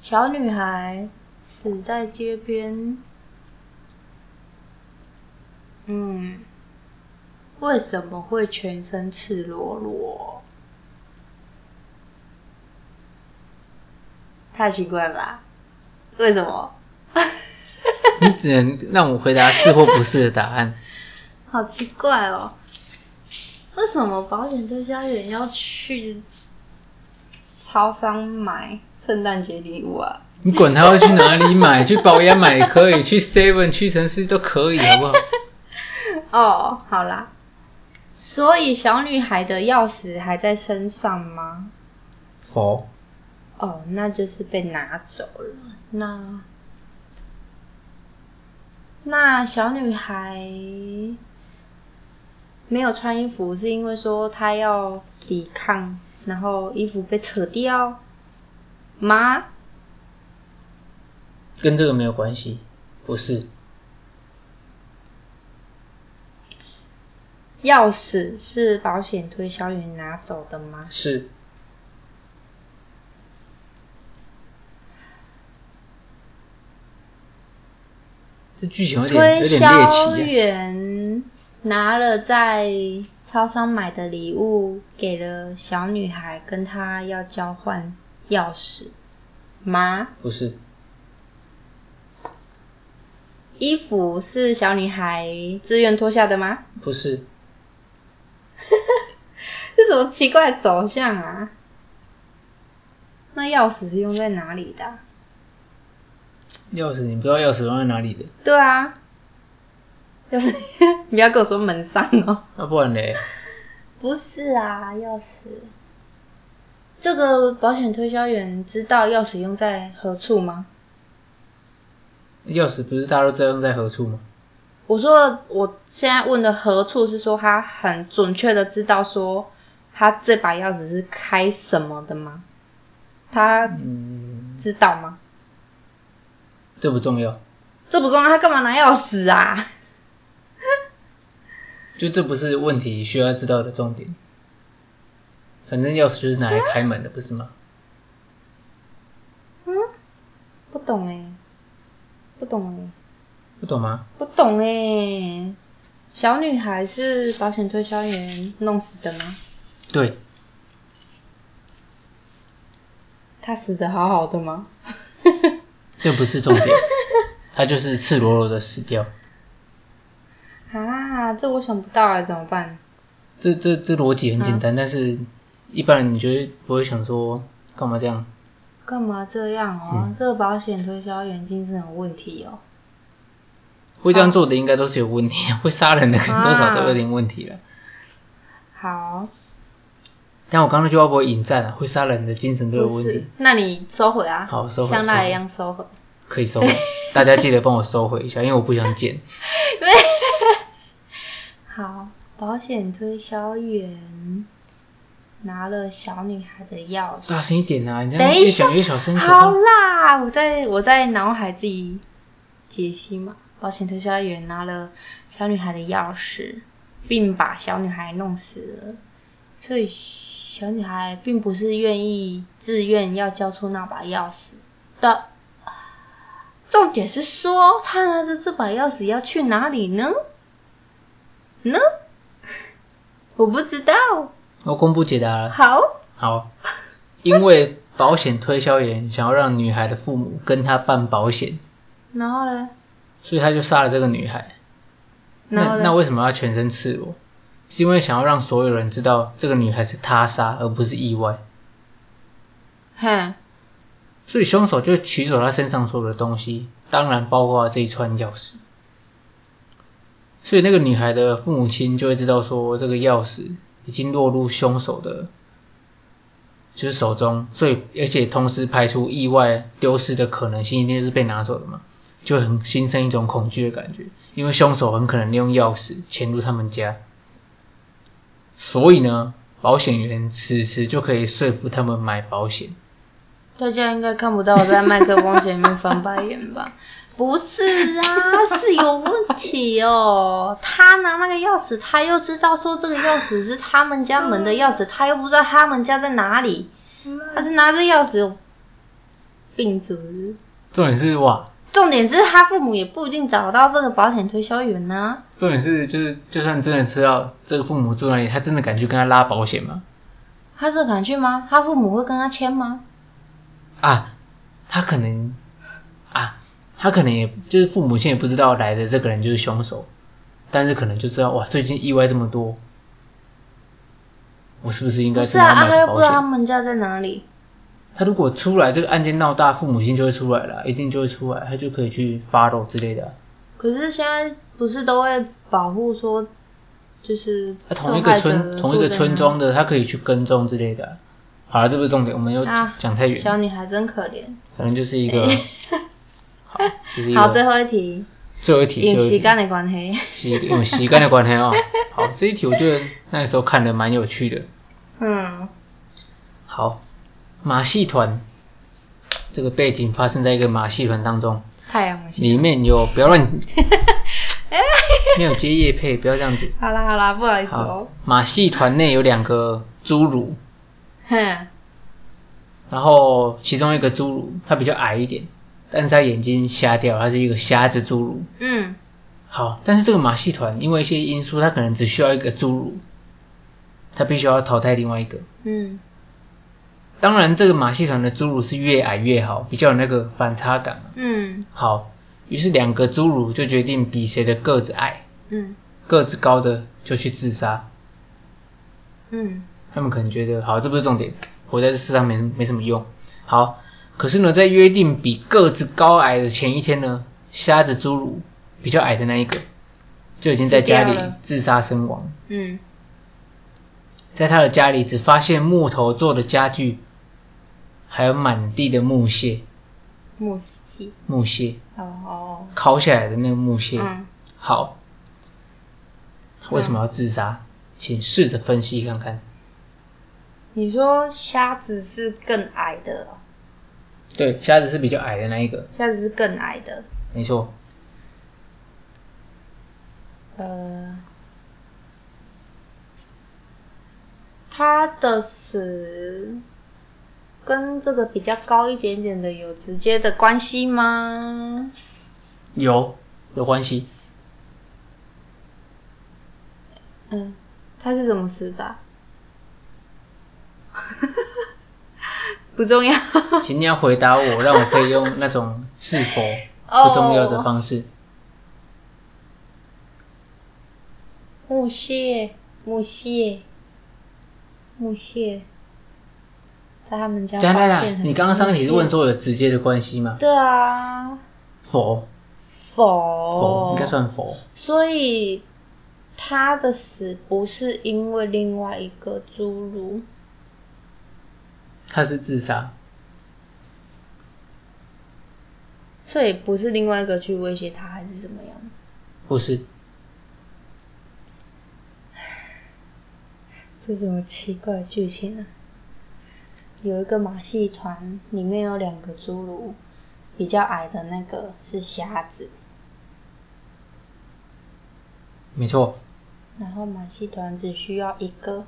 Speaker 2: 小女孩死在街边，嗯，为什么会全身赤裸裸？太奇怪了吧？为什么？
Speaker 1: 你只能让我回答是或不是的答案。
Speaker 2: 好奇怪哦，为什么保险推销员要去超商买圣诞节礼物啊？
Speaker 1: 你管他要去哪里买，去保养买也可以，去 Seven、屈臣氏都可以，好不好？
Speaker 2: 哦，好啦，所以小女孩的钥匙还在身上吗？
Speaker 1: 否，
Speaker 2: 哦，那就是被拿走了。那那小女孩没有穿衣服，是因为说她要抵抗，然后衣服被扯掉吗？
Speaker 1: 跟这个没有关系，不是。
Speaker 2: 钥匙是保险推销员拿走的吗？
Speaker 1: 是这剧情有点有
Speaker 2: 推
Speaker 1: 点猎
Speaker 2: 销
Speaker 1: 奇、啊，
Speaker 2: 员拿了在超商买的礼物给了小女孩，跟她要交换钥匙吗？
Speaker 1: 不是
Speaker 2: 衣服是小女孩自愿脱下的吗？
Speaker 1: 不是，
Speaker 2: 这什么奇怪的走向啊？那钥匙是用在哪里的啊、
Speaker 1: 钥匙你不知道钥匙放在哪里的，
Speaker 2: 对啊，钥匙， 你不要跟我说门上哦。
Speaker 1: 那、啊不然嘞？
Speaker 2: 不是啊，钥匙。这个保险推销员知道钥匙用在何处吗？
Speaker 1: 钥匙不是大家都知道用在何处吗？
Speaker 2: 我说我现在问的何处是说他很准确的知道说他这把钥匙是开什么的吗？他
Speaker 1: 嗯，
Speaker 2: 知道吗？
Speaker 1: 这不重要。
Speaker 2: 这不重要，他干嘛拿钥匙啊？
Speaker 1: 就这不是问题需要知道的重点。反正钥匙就是拿来开门的，不是吗？
Speaker 2: 嗯，不懂哎、不懂哎、
Speaker 1: 不懂吗？
Speaker 2: 不懂哎、小女孩是保险推销员弄死的吗？
Speaker 1: 对，
Speaker 2: 她死的好好的吗？
Speaker 1: 这不是重点，他就是赤裸裸的死掉。
Speaker 2: 啊，这我想不到哎、怎么办？
Speaker 1: 这这这逻辑很简
Speaker 2: 嗯
Speaker 1: 单，但是一般人你觉得不会想说干嘛这样？
Speaker 2: 干嘛这样哦？
Speaker 1: 嗯
Speaker 2: 这个保险推销员精神有问题哦。
Speaker 1: 会这
Speaker 2: 嗯
Speaker 1: 样做的应该都是有问题，啊 会杀人的可能多少都有点问
Speaker 2: 啊
Speaker 1: 题了。
Speaker 2: 好，
Speaker 1: 但我刚刚那句话不会引战啊，会杀人的精神都有问
Speaker 2: 不是
Speaker 1: 题，，
Speaker 2: 那你收回啊，
Speaker 1: 好收回
Speaker 2: 像
Speaker 1: 收
Speaker 2: 那
Speaker 1: 回
Speaker 2: 一样收回。
Speaker 1: 可以收回。大家记得帮我收回一下，因为我不想 剪。
Speaker 2: 好，保险推销员拿了小女孩的钥匙。
Speaker 1: 大声一点啊！你这样
Speaker 2: 等一
Speaker 1: 越
Speaker 2: 下，
Speaker 1: 讲越小声，可怕
Speaker 2: 好啦，我在我在脑海自己解析嘛。保险推销员拿了小女孩的钥匙，并把小女孩弄死了，所以小女孩并不是愿意自愿要交出那把钥匙的。重点是说，她拿着这把钥匙要去哪里呢？呢？我不知道。
Speaker 1: 我公布解答了。
Speaker 2: 好。
Speaker 1: 好， 因为保险推销员想要让女孩的父母跟他办保险，
Speaker 2: 然后呢？
Speaker 1: 所以他就杀了这个女孩。
Speaker 2: 然后
Speaker 1: 那
Speaker 2: 呢？
Speaker 1: 那为什么要全身赤裸？是因为想要让所有人知道这个女孩是他杀，而不是意外。
Speaker 2: 哼，
Speaker 1: 所以凶手就取走他身上所有的东西，当然包括这一串钥匙。所以那个女孩的父母亲就会知道说，这个钥匙已经落入凶手的，就是手中。所以而且同时排除意外丢失的可能性，一定就是被拿走的嘛，就很心生一种恐惧的感觉，因为凶手很可能利用钥匙潜入他们家。所以呢，保险员此时就可以说服他们买保险。
Speaker 2: 大家应该看不到我在麦克风前面翻白眼吧？不是啊，是有问题哦。他拿那个钥匙，他又知道说这个钥匙是他们家门的钥匙，他又不知道他们家在哪里，他是拿着钥匙有病是不是？
Speaker 1: 重点是哇，
Speaker 2: 重点是他父母也不一定找到这个保险推销员啊呐、
Speaker 1: 重点是就是，就算真的知道这个父母住哪里，他真的敢去跟他拉保险吗？
Speaker 2: 他是敢去吗？他父母会跟他签吗？
Speaker 1: 啊，他可能啊，他可能也就是父母亲也不知道来的这个人就是凶手，但是可能就知道哇，最近意外这么多，我是不是应该
Speaker 2: 不
Speaker 1: 去
Speaker 2: 是
Speaker 1: 拿
Speaker 2: 啊，啊
Speaker 1: 买
Speaker 2: 他
Speaker 1: 个
Speaker 2: 又不
Speaker 1: 保
Speaker 2: 知道他
Speaker 1: 险？
Speaker 2: 们家在哪里。
Speaker 1: 他如果出来这个案件闹大，父母亲就会出来了，一定就会出来，他就可以去 follow 之类的啊、
Speaker 2: 可是现在不是都会保护说，就是
Speaker 1: 他同一个村同一个村庄
Speaker 2: 的
Speaker 1: 的，他可以去跟踪之类的啊。好了，这不是重点，我们又
Speaker 2: 啊
Speaker 1: 讲太远了。
Speaker 2: 小女孩真可怜。
Speaker 1: 反正就是一个， 好，就是一个
Speaker 2: 好，最后一题，
Speaker 1: 最后一题，
Speaker 2: 因
Speaker 1: 最后一
Speaker 2: 时
Speaker 1: 题
Speaker 2: 间的关系，
Speaker 1: 是有习惯的关系哦。好，这一题我觉得那时候看的蛮有趣的。
Speaker 2: 嗯，
Speaker 1: 好，马戏团这个背景发生在一个马戏团当中，
Speaker 2: 太阳的心。
Speaker 1: 里面有不要乱，没有接叶配，不要这样子。
Speaker 2: 好啦好啦，不好意思
Speaker 1: 好
Speaker 2: 哦。，
Speaker 1: 马戏团内有两个侏儒，
Speaker 2: 哼，
Speaker 1: 然后其中一个侏儒他比较矮一点，但是他眼睛瞎掉，他是一个瞎子侏儒。
Speaker 2: 嗯，
Speaker 1: 好，但是这个马戏团因为一些因素，它可能只需要一个侏儒，它必须要淘汰另外一个。
Speaker 2: 嗯，
Speaker 1: 当然，这个马戏团的侏儒是越矮越好，比较有那个反差感嘛。
Speaker 2: 嗯，
Speaker 1: 好，于是两个侏儒就决定比谁的个子矮，
Speaker 2: 嗯，
Speaker 1: 个子高的就去自杀。
Speaker 2: 嗯，
Speaker 1: 他们可能觉得，好，这不是重点，活在这世上没没什么用。好，可是呢，在约定比个子高矮的前一天呢，瞎子侏儒比较矮的那一个就已经在家
Speaker 2: 死
Speaker 1: 里
Speaker 2: 掉了
Speaker 1: 自杀身亡。
Speaker 2: 嗯，
Speaker 1: 在他的家里只发现木头做的家具，还有满地的木屑，
Speaker 2: 木系，
Speaker 1: 木屑
Speaker 2: 哦哦，
Speaker 1: 烤起来的那个木屑。
Speaker 2: 嗯，
Speaker 1: 好，为什么要自杀？请试着分析看看。
Speaker 2: 你说瞎子是更矮的哦，
Speaker 1: 对，瞎子是比较矮的那一个，
Speaker 2: 瞎子是更矮的，
Speaker 1: 没错。
Speaker 2: 呃，它的死跟这个比较高一点点的有直接的关系吗？
Speaker 1: 有有关 系，
Speaker 2: 嗯，他是怎么死 的啊、不重要。
Speaker 1: 请你要回答我，让我可以用那种是否
Speaker 2: 哦
Speaker 1: 不重要的方式。
Speaker 2: 木屑，木屑，木屑，在他们家
Speaker 1: 等一下等一
Speaker 2: 发
Speaker 1: 下
Speaker 2: 现很
Speaker 1: 你刚刚上一题是问
Speaker 2: 多
Speaker 1: 说有直接的关系吗
Speaker 2: 木屑？对啊，
Speaker 1: 否否
Speaker 2: 否，
Speaker 1: 应该算否，
Speaker 2: 所以他的死不是因为另外一个侏儒，
Speaker 1: 他是自杀，
Speaker 2: 所以不是另外一个去威胁他，还是怎么样？
Speaker 1: 不是
Speaker 2: 这什么奇怪的剧情啊？有一个马戏团，里面有两个侏儒，比较矮的那个是瞎子，
Speaker 1: 没错，
Speaker 2: 然后马戏团只需要一个，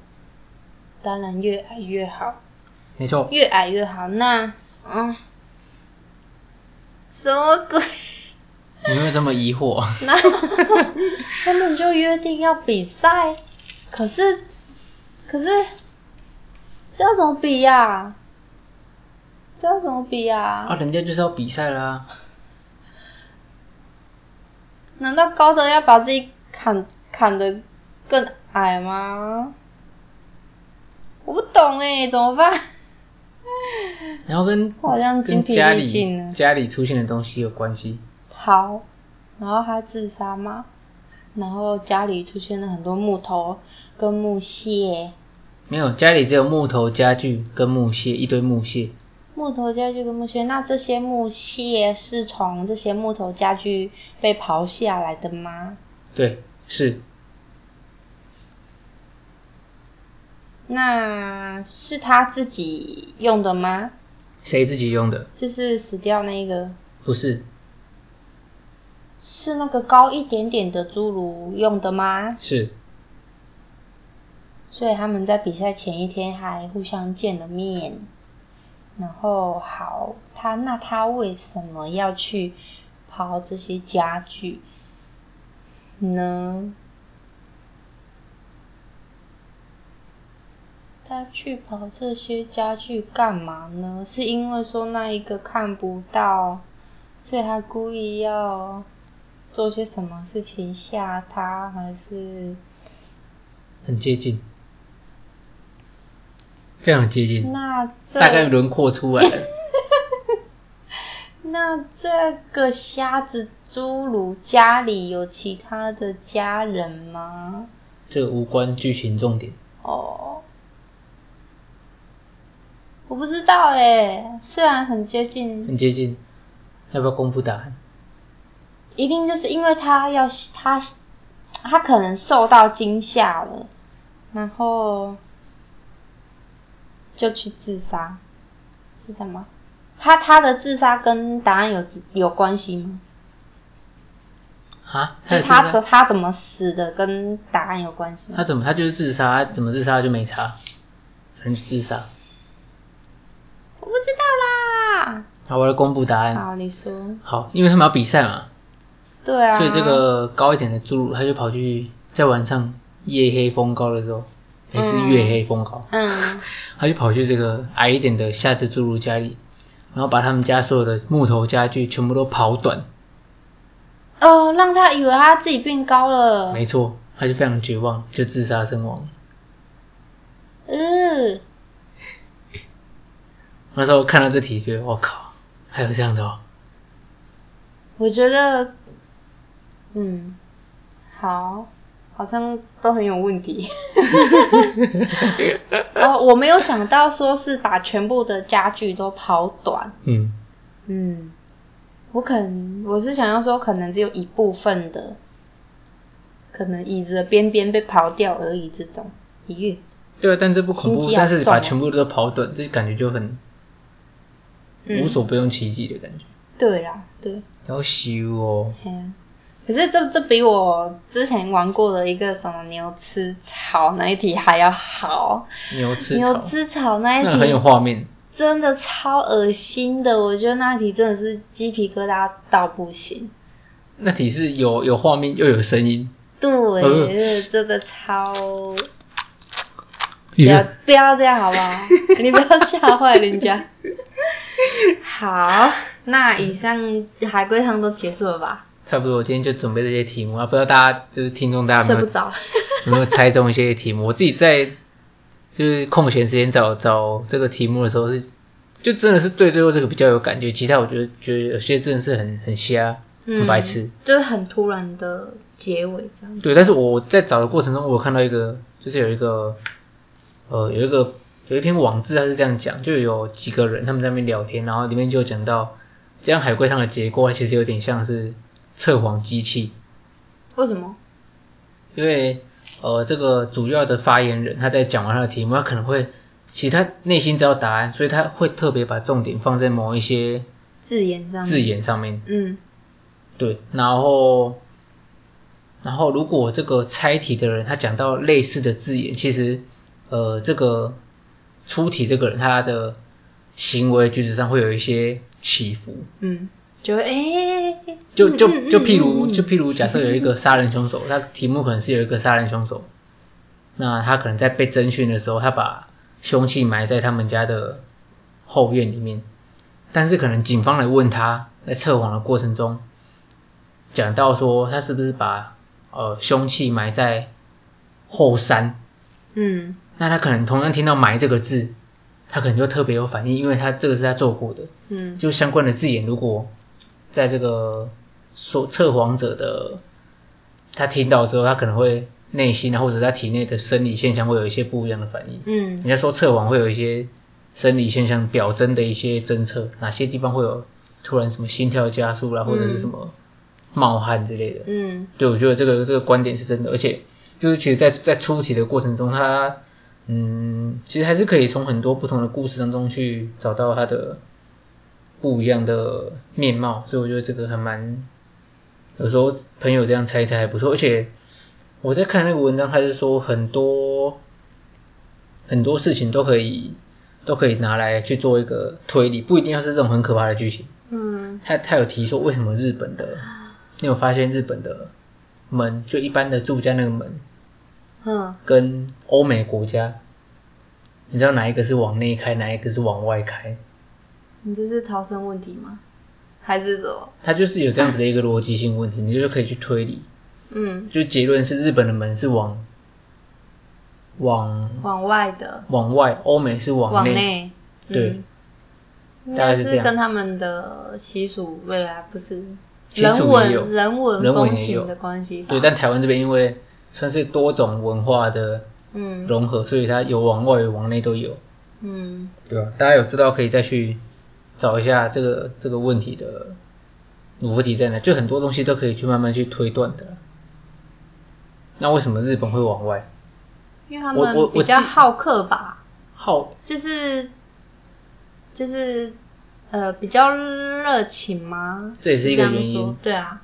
Speaker 2: 当然越矮越好，
Speaker 1: 没错，
Speaker 2: 越矮越好。那，嗯，什么鬼？
Speaker 1: 你会这么疑惑？
Speaker 2: 那他们就约定要比赛，可是，可是，这要怎么比呀、这要怎么比呀、
Speaker 1: 啊，人家就是要比赛啦，
Speaker 2: 难道高的要把自己砍砍得更矮吗？我不懂哎、怎么办？
Speaker 1: 然后跟
Speaker 2: 我好像精
Speaker 1: 跟
Speaker 2: 疲
Speaker 1: 家
Speaker 2: 力尽
Speaker 1: 里
Speaker 2: 了
Speaker 1: 家里出现的东西有关系，
Speaker 2: 好，然后他自杀嘛，然后家里出现了很多木头跟木屑，
Speaker 1: 没有，家里只有木头家具跟木屑，一堆木屑，
Speaker 2: 木头家具跟木屑，那这些木屑是从这些木头家具被刨下来的吗？
Speaker 1: 对，是
Speaker 2: 那是他自己用的吗？
Speaker 1: 谁自己用的？
Speaker 2: 就是死掉那个，
Speaker 1: 不是，
Speaker 2: 是那个高一点点的侏儒用的吗？
Speaker 1: 是
Speaker 2: 所以他们在比赛前一天还互相见了面。然后好，他那他为什么要去刨这些家具呢？他去刨这些家具干嘛呢？是因为说那一个看不到，所以他故意要做些什么事情吓他，还是
Speaker 1: 很接近，非常接近，
Speaker 2: 那这
Speaker 1: 大概轮廓出来了。
Speaker 2: 那这个瞎子侏儒家里有其他的家人吗？
Speaker 1: 这个无关剧情重点，
Speaker 2: 哦，我不知道哎，虽然很接近，
Speaker 1: 很接近。要不要公布答案？
Speaker 2: 一定就是因为他要他他可能受到惊吓了，然后就去自杀，是这样吗？他他的自杀跟答案有有关系吗？
Speaker 1: 啊？
Speaker 2: 就
Speaker 1: 有自
Speaker 2: 他
Speaker 1: 杀
Speaker 2: 的他怎么死的跟答案有关系吗
Speaker 1: 他？怎么他就是自杀，他怎么自杀就没差，反正就自杀。嗯
Speaker 2: 我不知道啦。
Speaker 1: 好，我来公布答案。
Speaker 2: 好，你说。
Speaker 1: 好，因为他们要比赛嘛，
Speaker 2: 对啊。
Speaker 1: 所以这个高一点的侏儒他就跑去在晚上夜黑风高的时候，还是月黑风高，
Speaker 2: 嗯
Speaker 1: 他就跑去这个矮一点的夏之侏儒家里，然后把他们家所有的木头家具全部都刨短。
Speaker 2: 哦，让他以为他自己变高了。
Speaker 1: 没错，他就非常绝望，就自杀身亡。
Speaker 2: 嗯，
Speaker 1: 那时候看到这题，觉得我靠，还有这样的哦。
Speaker 2: 我觉得，嗯，好，好像都很有 问题。哦，我没有想到说是把全部的家具都刨短。
Speaker 1: 嗯，
Speaker 2: 嗯，我可能我是想要说，可能只有一部分的，可能椅子的边边被刨掉而已，这种疑虑。
Speaker 1: 对啊，但这不恐
Speaker 2: 心
Speaker 1: 怖，
Speaker 2: 机好
Speaker 1: 但是
Speaker 2: 重
Speaker 1: 把
Speaker 2: 哦
Speaker 1: 全部都刨短，这感觉就很
Speaker 2: 嗯
Speaker 1: 无所不用其极的感觉。
Speaker 2: 对啦，对，
Speaker 1: 要修哦，
Speaker 2: 嘿啊，可是这这比我之前玩过的一个什么牛吃草那一题还要好。
Speaker 1: 牛吃
Speaker 2: 牛
Speaker 1: 草，
Speaker 2: 吃草那一
Speaker 1: 那个很有
Speaker 2: 题
Speaker 1: 画面。
Speaker 2: 真的超恶心的，我觉得那一题真的是鸡皮疙瘩到不行。
Speaker 1: 那题是有有画面又有声音，
Speaker 2: 对，
Speaker 1: 呃
Speaker 2: 真的超不
Speaker 1: 你
Speaker 2: 要不要这样好不 好？你不要吓坏人家。好，那以上海龟汤都结束了吧？
Speaker 1: 差不多，我今天就准备这些题目啊，不知道大家就是听众大家
Speaker 2: 睡
Speaker 1: 有没
Speaker 2: 不
Speaker 1: 有
Speaker 2: 着。
Speaker 1: 有没有猜中一些题目？我自己在就是空闲时间找找这个题目的时候是，就真的是对最后这个比较有感觉，其他我觉得觉得有些真的是很很瞎，很白痴。
Speaker 2: 嗯，就是很突然的结尾这样。
Speaker 1: 对，但是我在找的过程中，我有看到一个，就是有一个，呃，有一个有一篇网志，它是这样讲，就有几个人他们在那边聊天，然后里面就有讲到，这样海龟汤的结构啊它其实有点像是测谎机器，
Speaker 2: 为什么？
Speaker 1: 因为呃，这个主要的发言人他在讲完他的题目，他可能会其实他内心知道答案，所以他会特别把重点放在某一些
Speaker 2: 字眼这样。
Speaker 1: 字。眼上面。
Speaker 2: 嗯，
Speaker 1: 对，然后，然后如果这个猜题的人他讲到类似的字眼，其实，呃，这个出题这个人他的行为举止上会有一些起伏，
Speaker 2: 嗯，就会哎、
Speaker 1: 就
Speaker 2: 嗯
Speaker 1: 就
Speaker 2: 嗯
Speaker 1: 就
Speaker 2: 嗯
Speaker 1: 譬如
Speaker 2: 嗯
Speaker 1: 就譬如假设有一个杀人凶手，他题目可能是有一个杀人凶手，那他可能在被侦讯的时候，他把凶器埋在他们家的后院里面，但是可能警方来问他，在测谎的过程中，讲到说他是不是把呃凶器埋在后山，
Speaker 2: 嗯
Speaker 1: 那他可能同样听到“埋”这个字，他可能就特别有反应，因为他这个是他做过的，
Speaker 2: 嗯
Speaker 1: 就相关的字眼，如果在这个说测谎者的他听到之后，他可能会内心啊，或者他体内的生理现象会有一些不一样的反应。人
Speaker 2: 嗯
Speaker 1: 家说测谎会有一些生理现象表征的一些侦测，哪些地方会有突然什么心跳加速啦、或者是什么冒汗之类的。
Speaker 2: 嗯
Speaker 1: 对，我觉得这个这个观点是真的，而且就是其实在，在出题的过程中，他嗯，其实还是可以从很多不同的故事当中去找到他的不一样的面貌，所以我觉得这个还蛮有时候朋友这样猜一猜还不错，而且我在看那个文章，他是说很多很多事情都可以都可以拿来去做一个推理，不一定要是这种很可怕的剧情。
Speaker 2: 嗯
Speaker 1: 他他有提说为什么日本的，你有发现日本的门就一般的住家那个门，
Speaker 2: 嗯，
Speaker 1: 跟欧美国家，你知道哪一个是往内开，哪一个是往外开？
Speaker 2: 你这是逃生问题吗？还是什么？
Speaker 1: 它就是有这样子的一个逻辑性问题，你就可以去推理。
Speaker 2: 嗯，
Speaker 1: 就结论是日本的门是往往
Speaker 2: 往外的，
Speaker 1: 往外，欧美是往
Speaker 2: 往
Speaker 1: 内。
Speaker 2: 内。
Speaker 1: 对
Speaker 2: 嗯，应
Speaker 1: 大概
Speaker 2: 该
Speaker 1: 是这
Speaker 2: 是
Speaker 1: 样
Speaker 2: 跟他们的习俗未来不是
Speaker 1: 习
Speaker 2: 人
Speaker 1: 俗也有
Speaker 2: 文人文
Speaker 1: 人文
Speaker 2: 风
Speaker 1: 也有
Speaker 2: 情的关系吧？
Speaker 1: 对，但台湾这边因为算是多种文化的
Speaker 2: 嗯
Speaker 1: 融合，所以它有往外有往内都有。
Speaker 2: 嗯
Speaker 1: 对啊，大家有知道可以再去找一下这个这个问题的逻辑在哪，就很多东西都可以去慢慢去推断的啦。那为什么日本会往外？
Speaker 2: 因为他
Speaker 1: 我我
Speaker 2: 们
Speaker 1: 我
Speaker 2: 比较
Speaker 1: 记
Speaker 2: 好客吧，
Speaker 1: 好，
Speaker 2: 就是就是呃比较热情吗？
Speaker 1: 这也是一个
Speaker 2: 这样
Speaker 1: 原因
Speaker 2: 说对啊，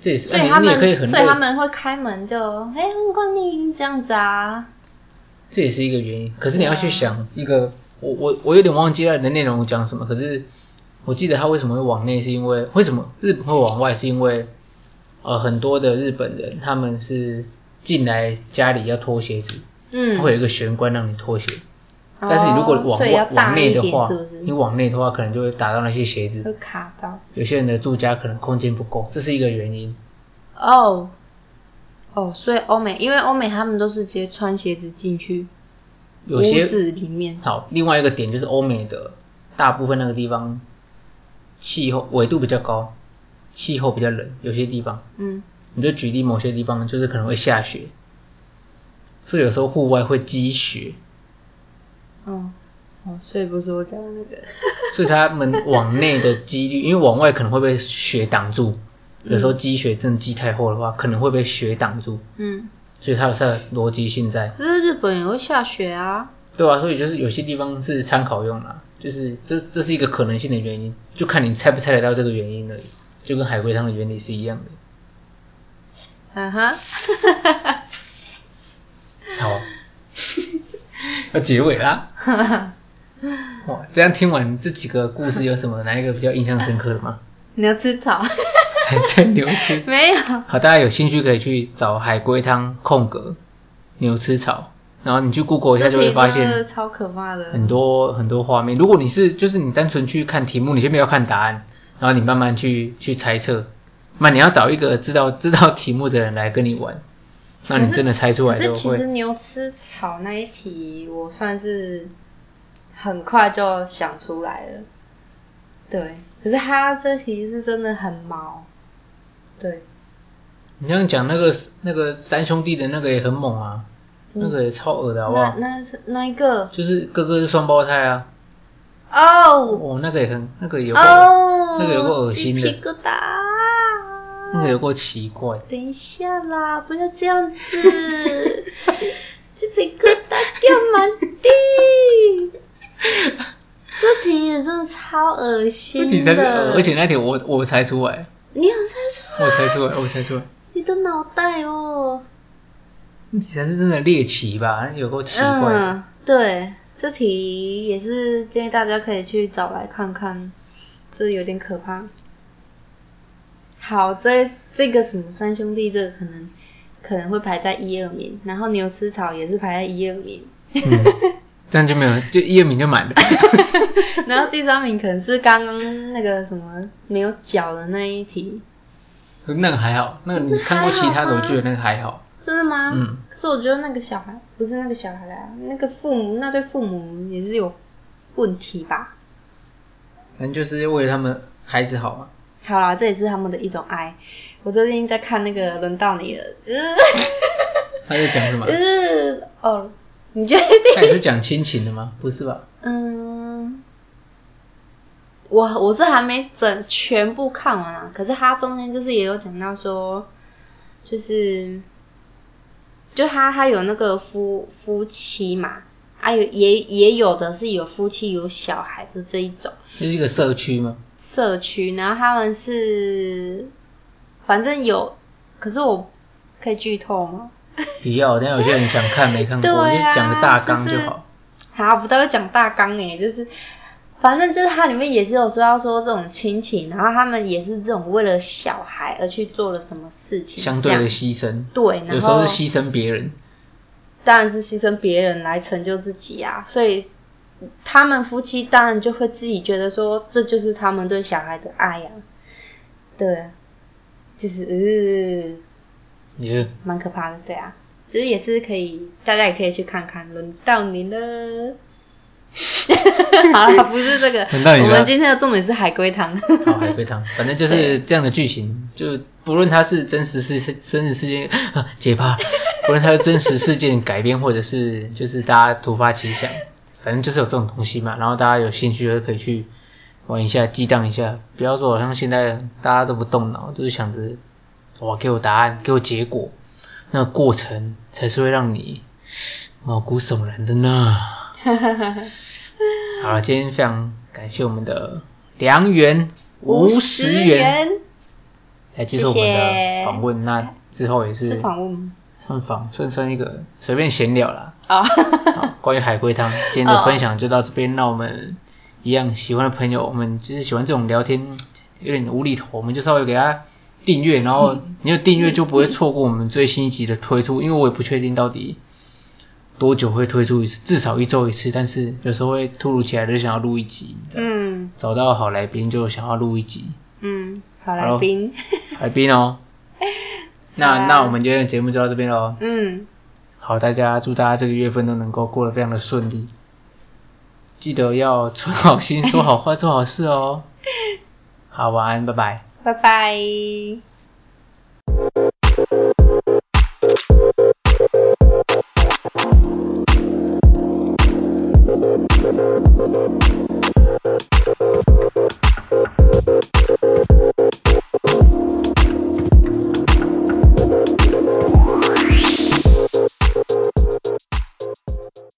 Speaker 1: 这也是，
Speaker 2: 所以
Speaker 1: 那
Speaker 2: 他
Speaker 1: 你你
Speaker 2: 们
Speaker 1: 也可以很
Speaker 2: 所以
Speaker 1: 热
Speaker 2: 他们会开门就哎欢光临这样子啊，
Speaker 1: 这也是一个原因。可是你要去
Speaker 2: 对啊
Speaker 1: 想一个，我我我有点忘记它的内容讲什么，可是我记得它为什么会往内，是因为为什么日本会往外，是因为呃很多的日本人他们是进来家里要脱鞋子，
Speaker 2: 嗯，
Speaker 1: 会有一个玄关让你脱鞋。
Speaker 2: 哦，
Speaker 1: 但是你如果往
Speaker 2: 所以
Speaker 1: 外
Speaker 2: 要
Speaker 1: 往
Speaker 2: 大
Speaker 1: 内
Speaker 2: 一
Speaker 1: 的
Speaker 2: 点
Speaker 1: 话，
Speaker 2: 是不是
Speaker 1: 你往内的话，可能就会打到那些鞋
Speaker 2: 会
Speaker 1: 子。
Speaker 2: 卡到？
Speaker 1: 有些人的住家可能空间不够，这是一个原因。
Speaker 2: 哦哦，所以欧美因为欧美他们都是直接穿鞋子进去
Speaker 1: 有
Speaker 2: 屋
Speaker 1: 些
Speaker 2: 子里面，
Speaker 1: 好，另外一个点就是欧美的大部分那个地方气候纬度比较高，气候比较冷，有些地方
Speaker 2: 嗯
Speaker 1: 你就举例某些地方就是可能会下雪，所以有时候户外会积雪，
Speaker 2: 嗯哦，所以不是我讲的那个，
Speaker 1: 所以他 们往内的几率，因为往外可能会被雪挡住，有时候积雪真的积太厚的话，可能会被雪挡住。
Speaker 2: 嗯，
Speaker 1: 所以它有它的逻辑性在，
Speaker 2: 可是日本也会下雪啊，
Speaker 1: 对啊，所以就是有些地方是参考用啦，就是这这是一个可能性的原因，就看你猜不猜得到这个原因而已。就跟海龟汤的原理是一样的。
Speaker 2: 嗯哼，
Speaker 1: 好， 要结尾啦。 哇，这样听完这几个故事，有什么哪一个比较印象深刻的吗？
Speaker 2: 牛吃草
Speaker 1: 还在牛吃。
Speaker 2: 没有，
Speaker 1: 好，大家有兴趣可以去找海龟汤空格牛吃草，然后你去 Google 一下就会发
Speaker 2: 这题真的
Speaker 1: 现
Speaker 2: 超可怕的，
Speaker 1: 很多很多画面。如果你是就是你单纯去看题目，你先不要看答案，然后你慢慢去去猜测，那你要找一个知道知道题目的人来跟你玩，那你真的猜出来
Speaker 2: 可是
Speaker 1: 都
Speaker 2: 其实
Speaker 1: 会。
Speaker 2: 牛吃草那一题，我算是很快就想出来了。对，可是他这题是真的很毛。对，
Speaker 1: 你刚刚讲那个那个三兄弟的那个也很猛啊，那个也超恶的好不
Speaker 2: 那
Speaker 1: 好？
Speaker 2: 那是那一个
Speaker 1: 就是哥哥是双胞胎啊，
Speaker 2: 哦
Speaker 1: 哦，那个也很那个有够
Speaker 2: 哦，
Speaker 1: 那个有够恶心的
Speaker 2: 鸡皮疙瘩。
Speaker 1: 那个有够奇怪。
Speaker 2: 等一下啦，不要这样 子，鸡皮疙瘩掉满地。这题也真的超恶心
Speaker 1: 这
Speaker 2: 的，
Speaker 1: 题才是恶，而且那题我我猜出来，
Speaker 2: 你有猜出来？
Speaker 1: 我猜出来，我猜出来，
Speaker 2: 你的脑袋哦。
Speaker 1: 那题才是真的猎奇吧？有够奇怪的。
Speaker 2: 嗯，对，这题也是建议大家可以去找来看看，这有点可怕。好，这这个什么三兄弟，这个可能可能会排在一二名，然后牛吃草也是排在一二名，
Speaker 1: 嗯，这样就没有，就一二名就满了。
Speaker 2: 然后第三名可能是刚刚那个什么没有脚的那一题，
Speaker 1: 那个还好，那个你看过其他的，我觉得那个还好。
Speaker 2: 真的吗？
Speaker 1: 嗯。
Speaker 2: 可是我觉得那个小孩不是那个小孩啦，那个父母那对父母也是有问题吧？
Speaker 1: 反正就是为了他们孩子好嘛。
Speaker 2: 好啦，这也是他们的一种爱。我最近在看那个《轮到你了》，
Speaker 1: 他在讲什么
Speaker 2: 就？是哦，你确定？
Speaker 1: 他也是讲亲情的吗？不是吧？
Speaker 2: 嗯，我我是还没整全部看完啊，可是它中间就是也有讲到说，就是就他他有那个夫夫妻嘛，啊有也也有的是有夫妻有小孩的这一种。
Speaker 1: 就是一个社区吗？
Speaker 2: 社区，然后他们是反正有，可是我可以剧透吗？
Speaker 1: 不要，但有些人想看没看过，
Speaker 2: 对啊
Speaker 1: 我就讲个大纲就好。
Speaker 2: 好，不太会讲大纲诶，就是反正就是它里面也是有说到说这种亲情，然后他们也是这种为了小孩而去做了什么事情，
Speaker 1: 相对
Speaker 2: 这
Speaker 1: 的
Speaker 2: 样
Speaker 1: 牺牲，
Speaker 2: 对，然后
Speaker 1: 有时候是牺牲别人。
Speaker 2: 当然是牺牲别人来成就自己啊，所以他们夫妻当然就会自己觉得说，这就是他们对小孩的爱呀、对，啊就是、
Speaker 1: 也
Speaker 2: 呃、蛮可怕的，对啊，就是也是可以，大家也可以去看看，轮到你了。 好啦，不是这个，
Speaker 1: 轮到你了
Speaker 2: 我们今天的重点是海龟 汤。
Speaker 1: 好，海龟汤，反正就是这样的剧情，就不论它是真实事真实事 件啊解趴，不论它是真实事件改编，或者是就是大家突发奇想，反正就是有这种东西嘛。然后大家有兴趣的可以去玩一下，激荡一下，不要说好像现在大家都不动脑，就是想着哇给我答案，给我结果，那个过程才是会让你毛骨悚然的 呢。好了，今天非常感谢我们的良缘吴十元。来接受我们的访问。那之后也是
Speaker 2: 是访问吗？
Speaker 1: 算访算算一个随便闲聊啦。
Speaker 2: 啊、
Speaker 1: 好，关于海龟汤今天的分享就到这边。那我们一样喜欢的朋友，我们就是喜欢这种聊天有点无厘头，我们就稍微给他订阅，然后
Speaker 2: 嗯
Speaker 1: 你有订阅就不会错过我们最新一集的推出，因为我也不确定到底。多久会推出一次？至少一周一次，但是有时候会突如其来的想要录一集，你知道吗
Speaker 2: 嗯
Speaker 1: 找到好来宾就想要录一集，
Speaker 2: 嗯，好
Speaker 1: 好
Speaker 2: 来宾，
Speaker 1: 海滨 哦。
Speaker 2: 好
Speaker 1: 那
Speaker 2: 啊
Speaker 1: 那我们今天的节目就到这边喽。
Speaker 2: 嗯，
Speaker 1: 好，大家祝大家这个月份都能够过得非常的顺利，记得要存好心，说好话，做好事哦。好，晚安，拜拜。
Speaker 2: 拜拜。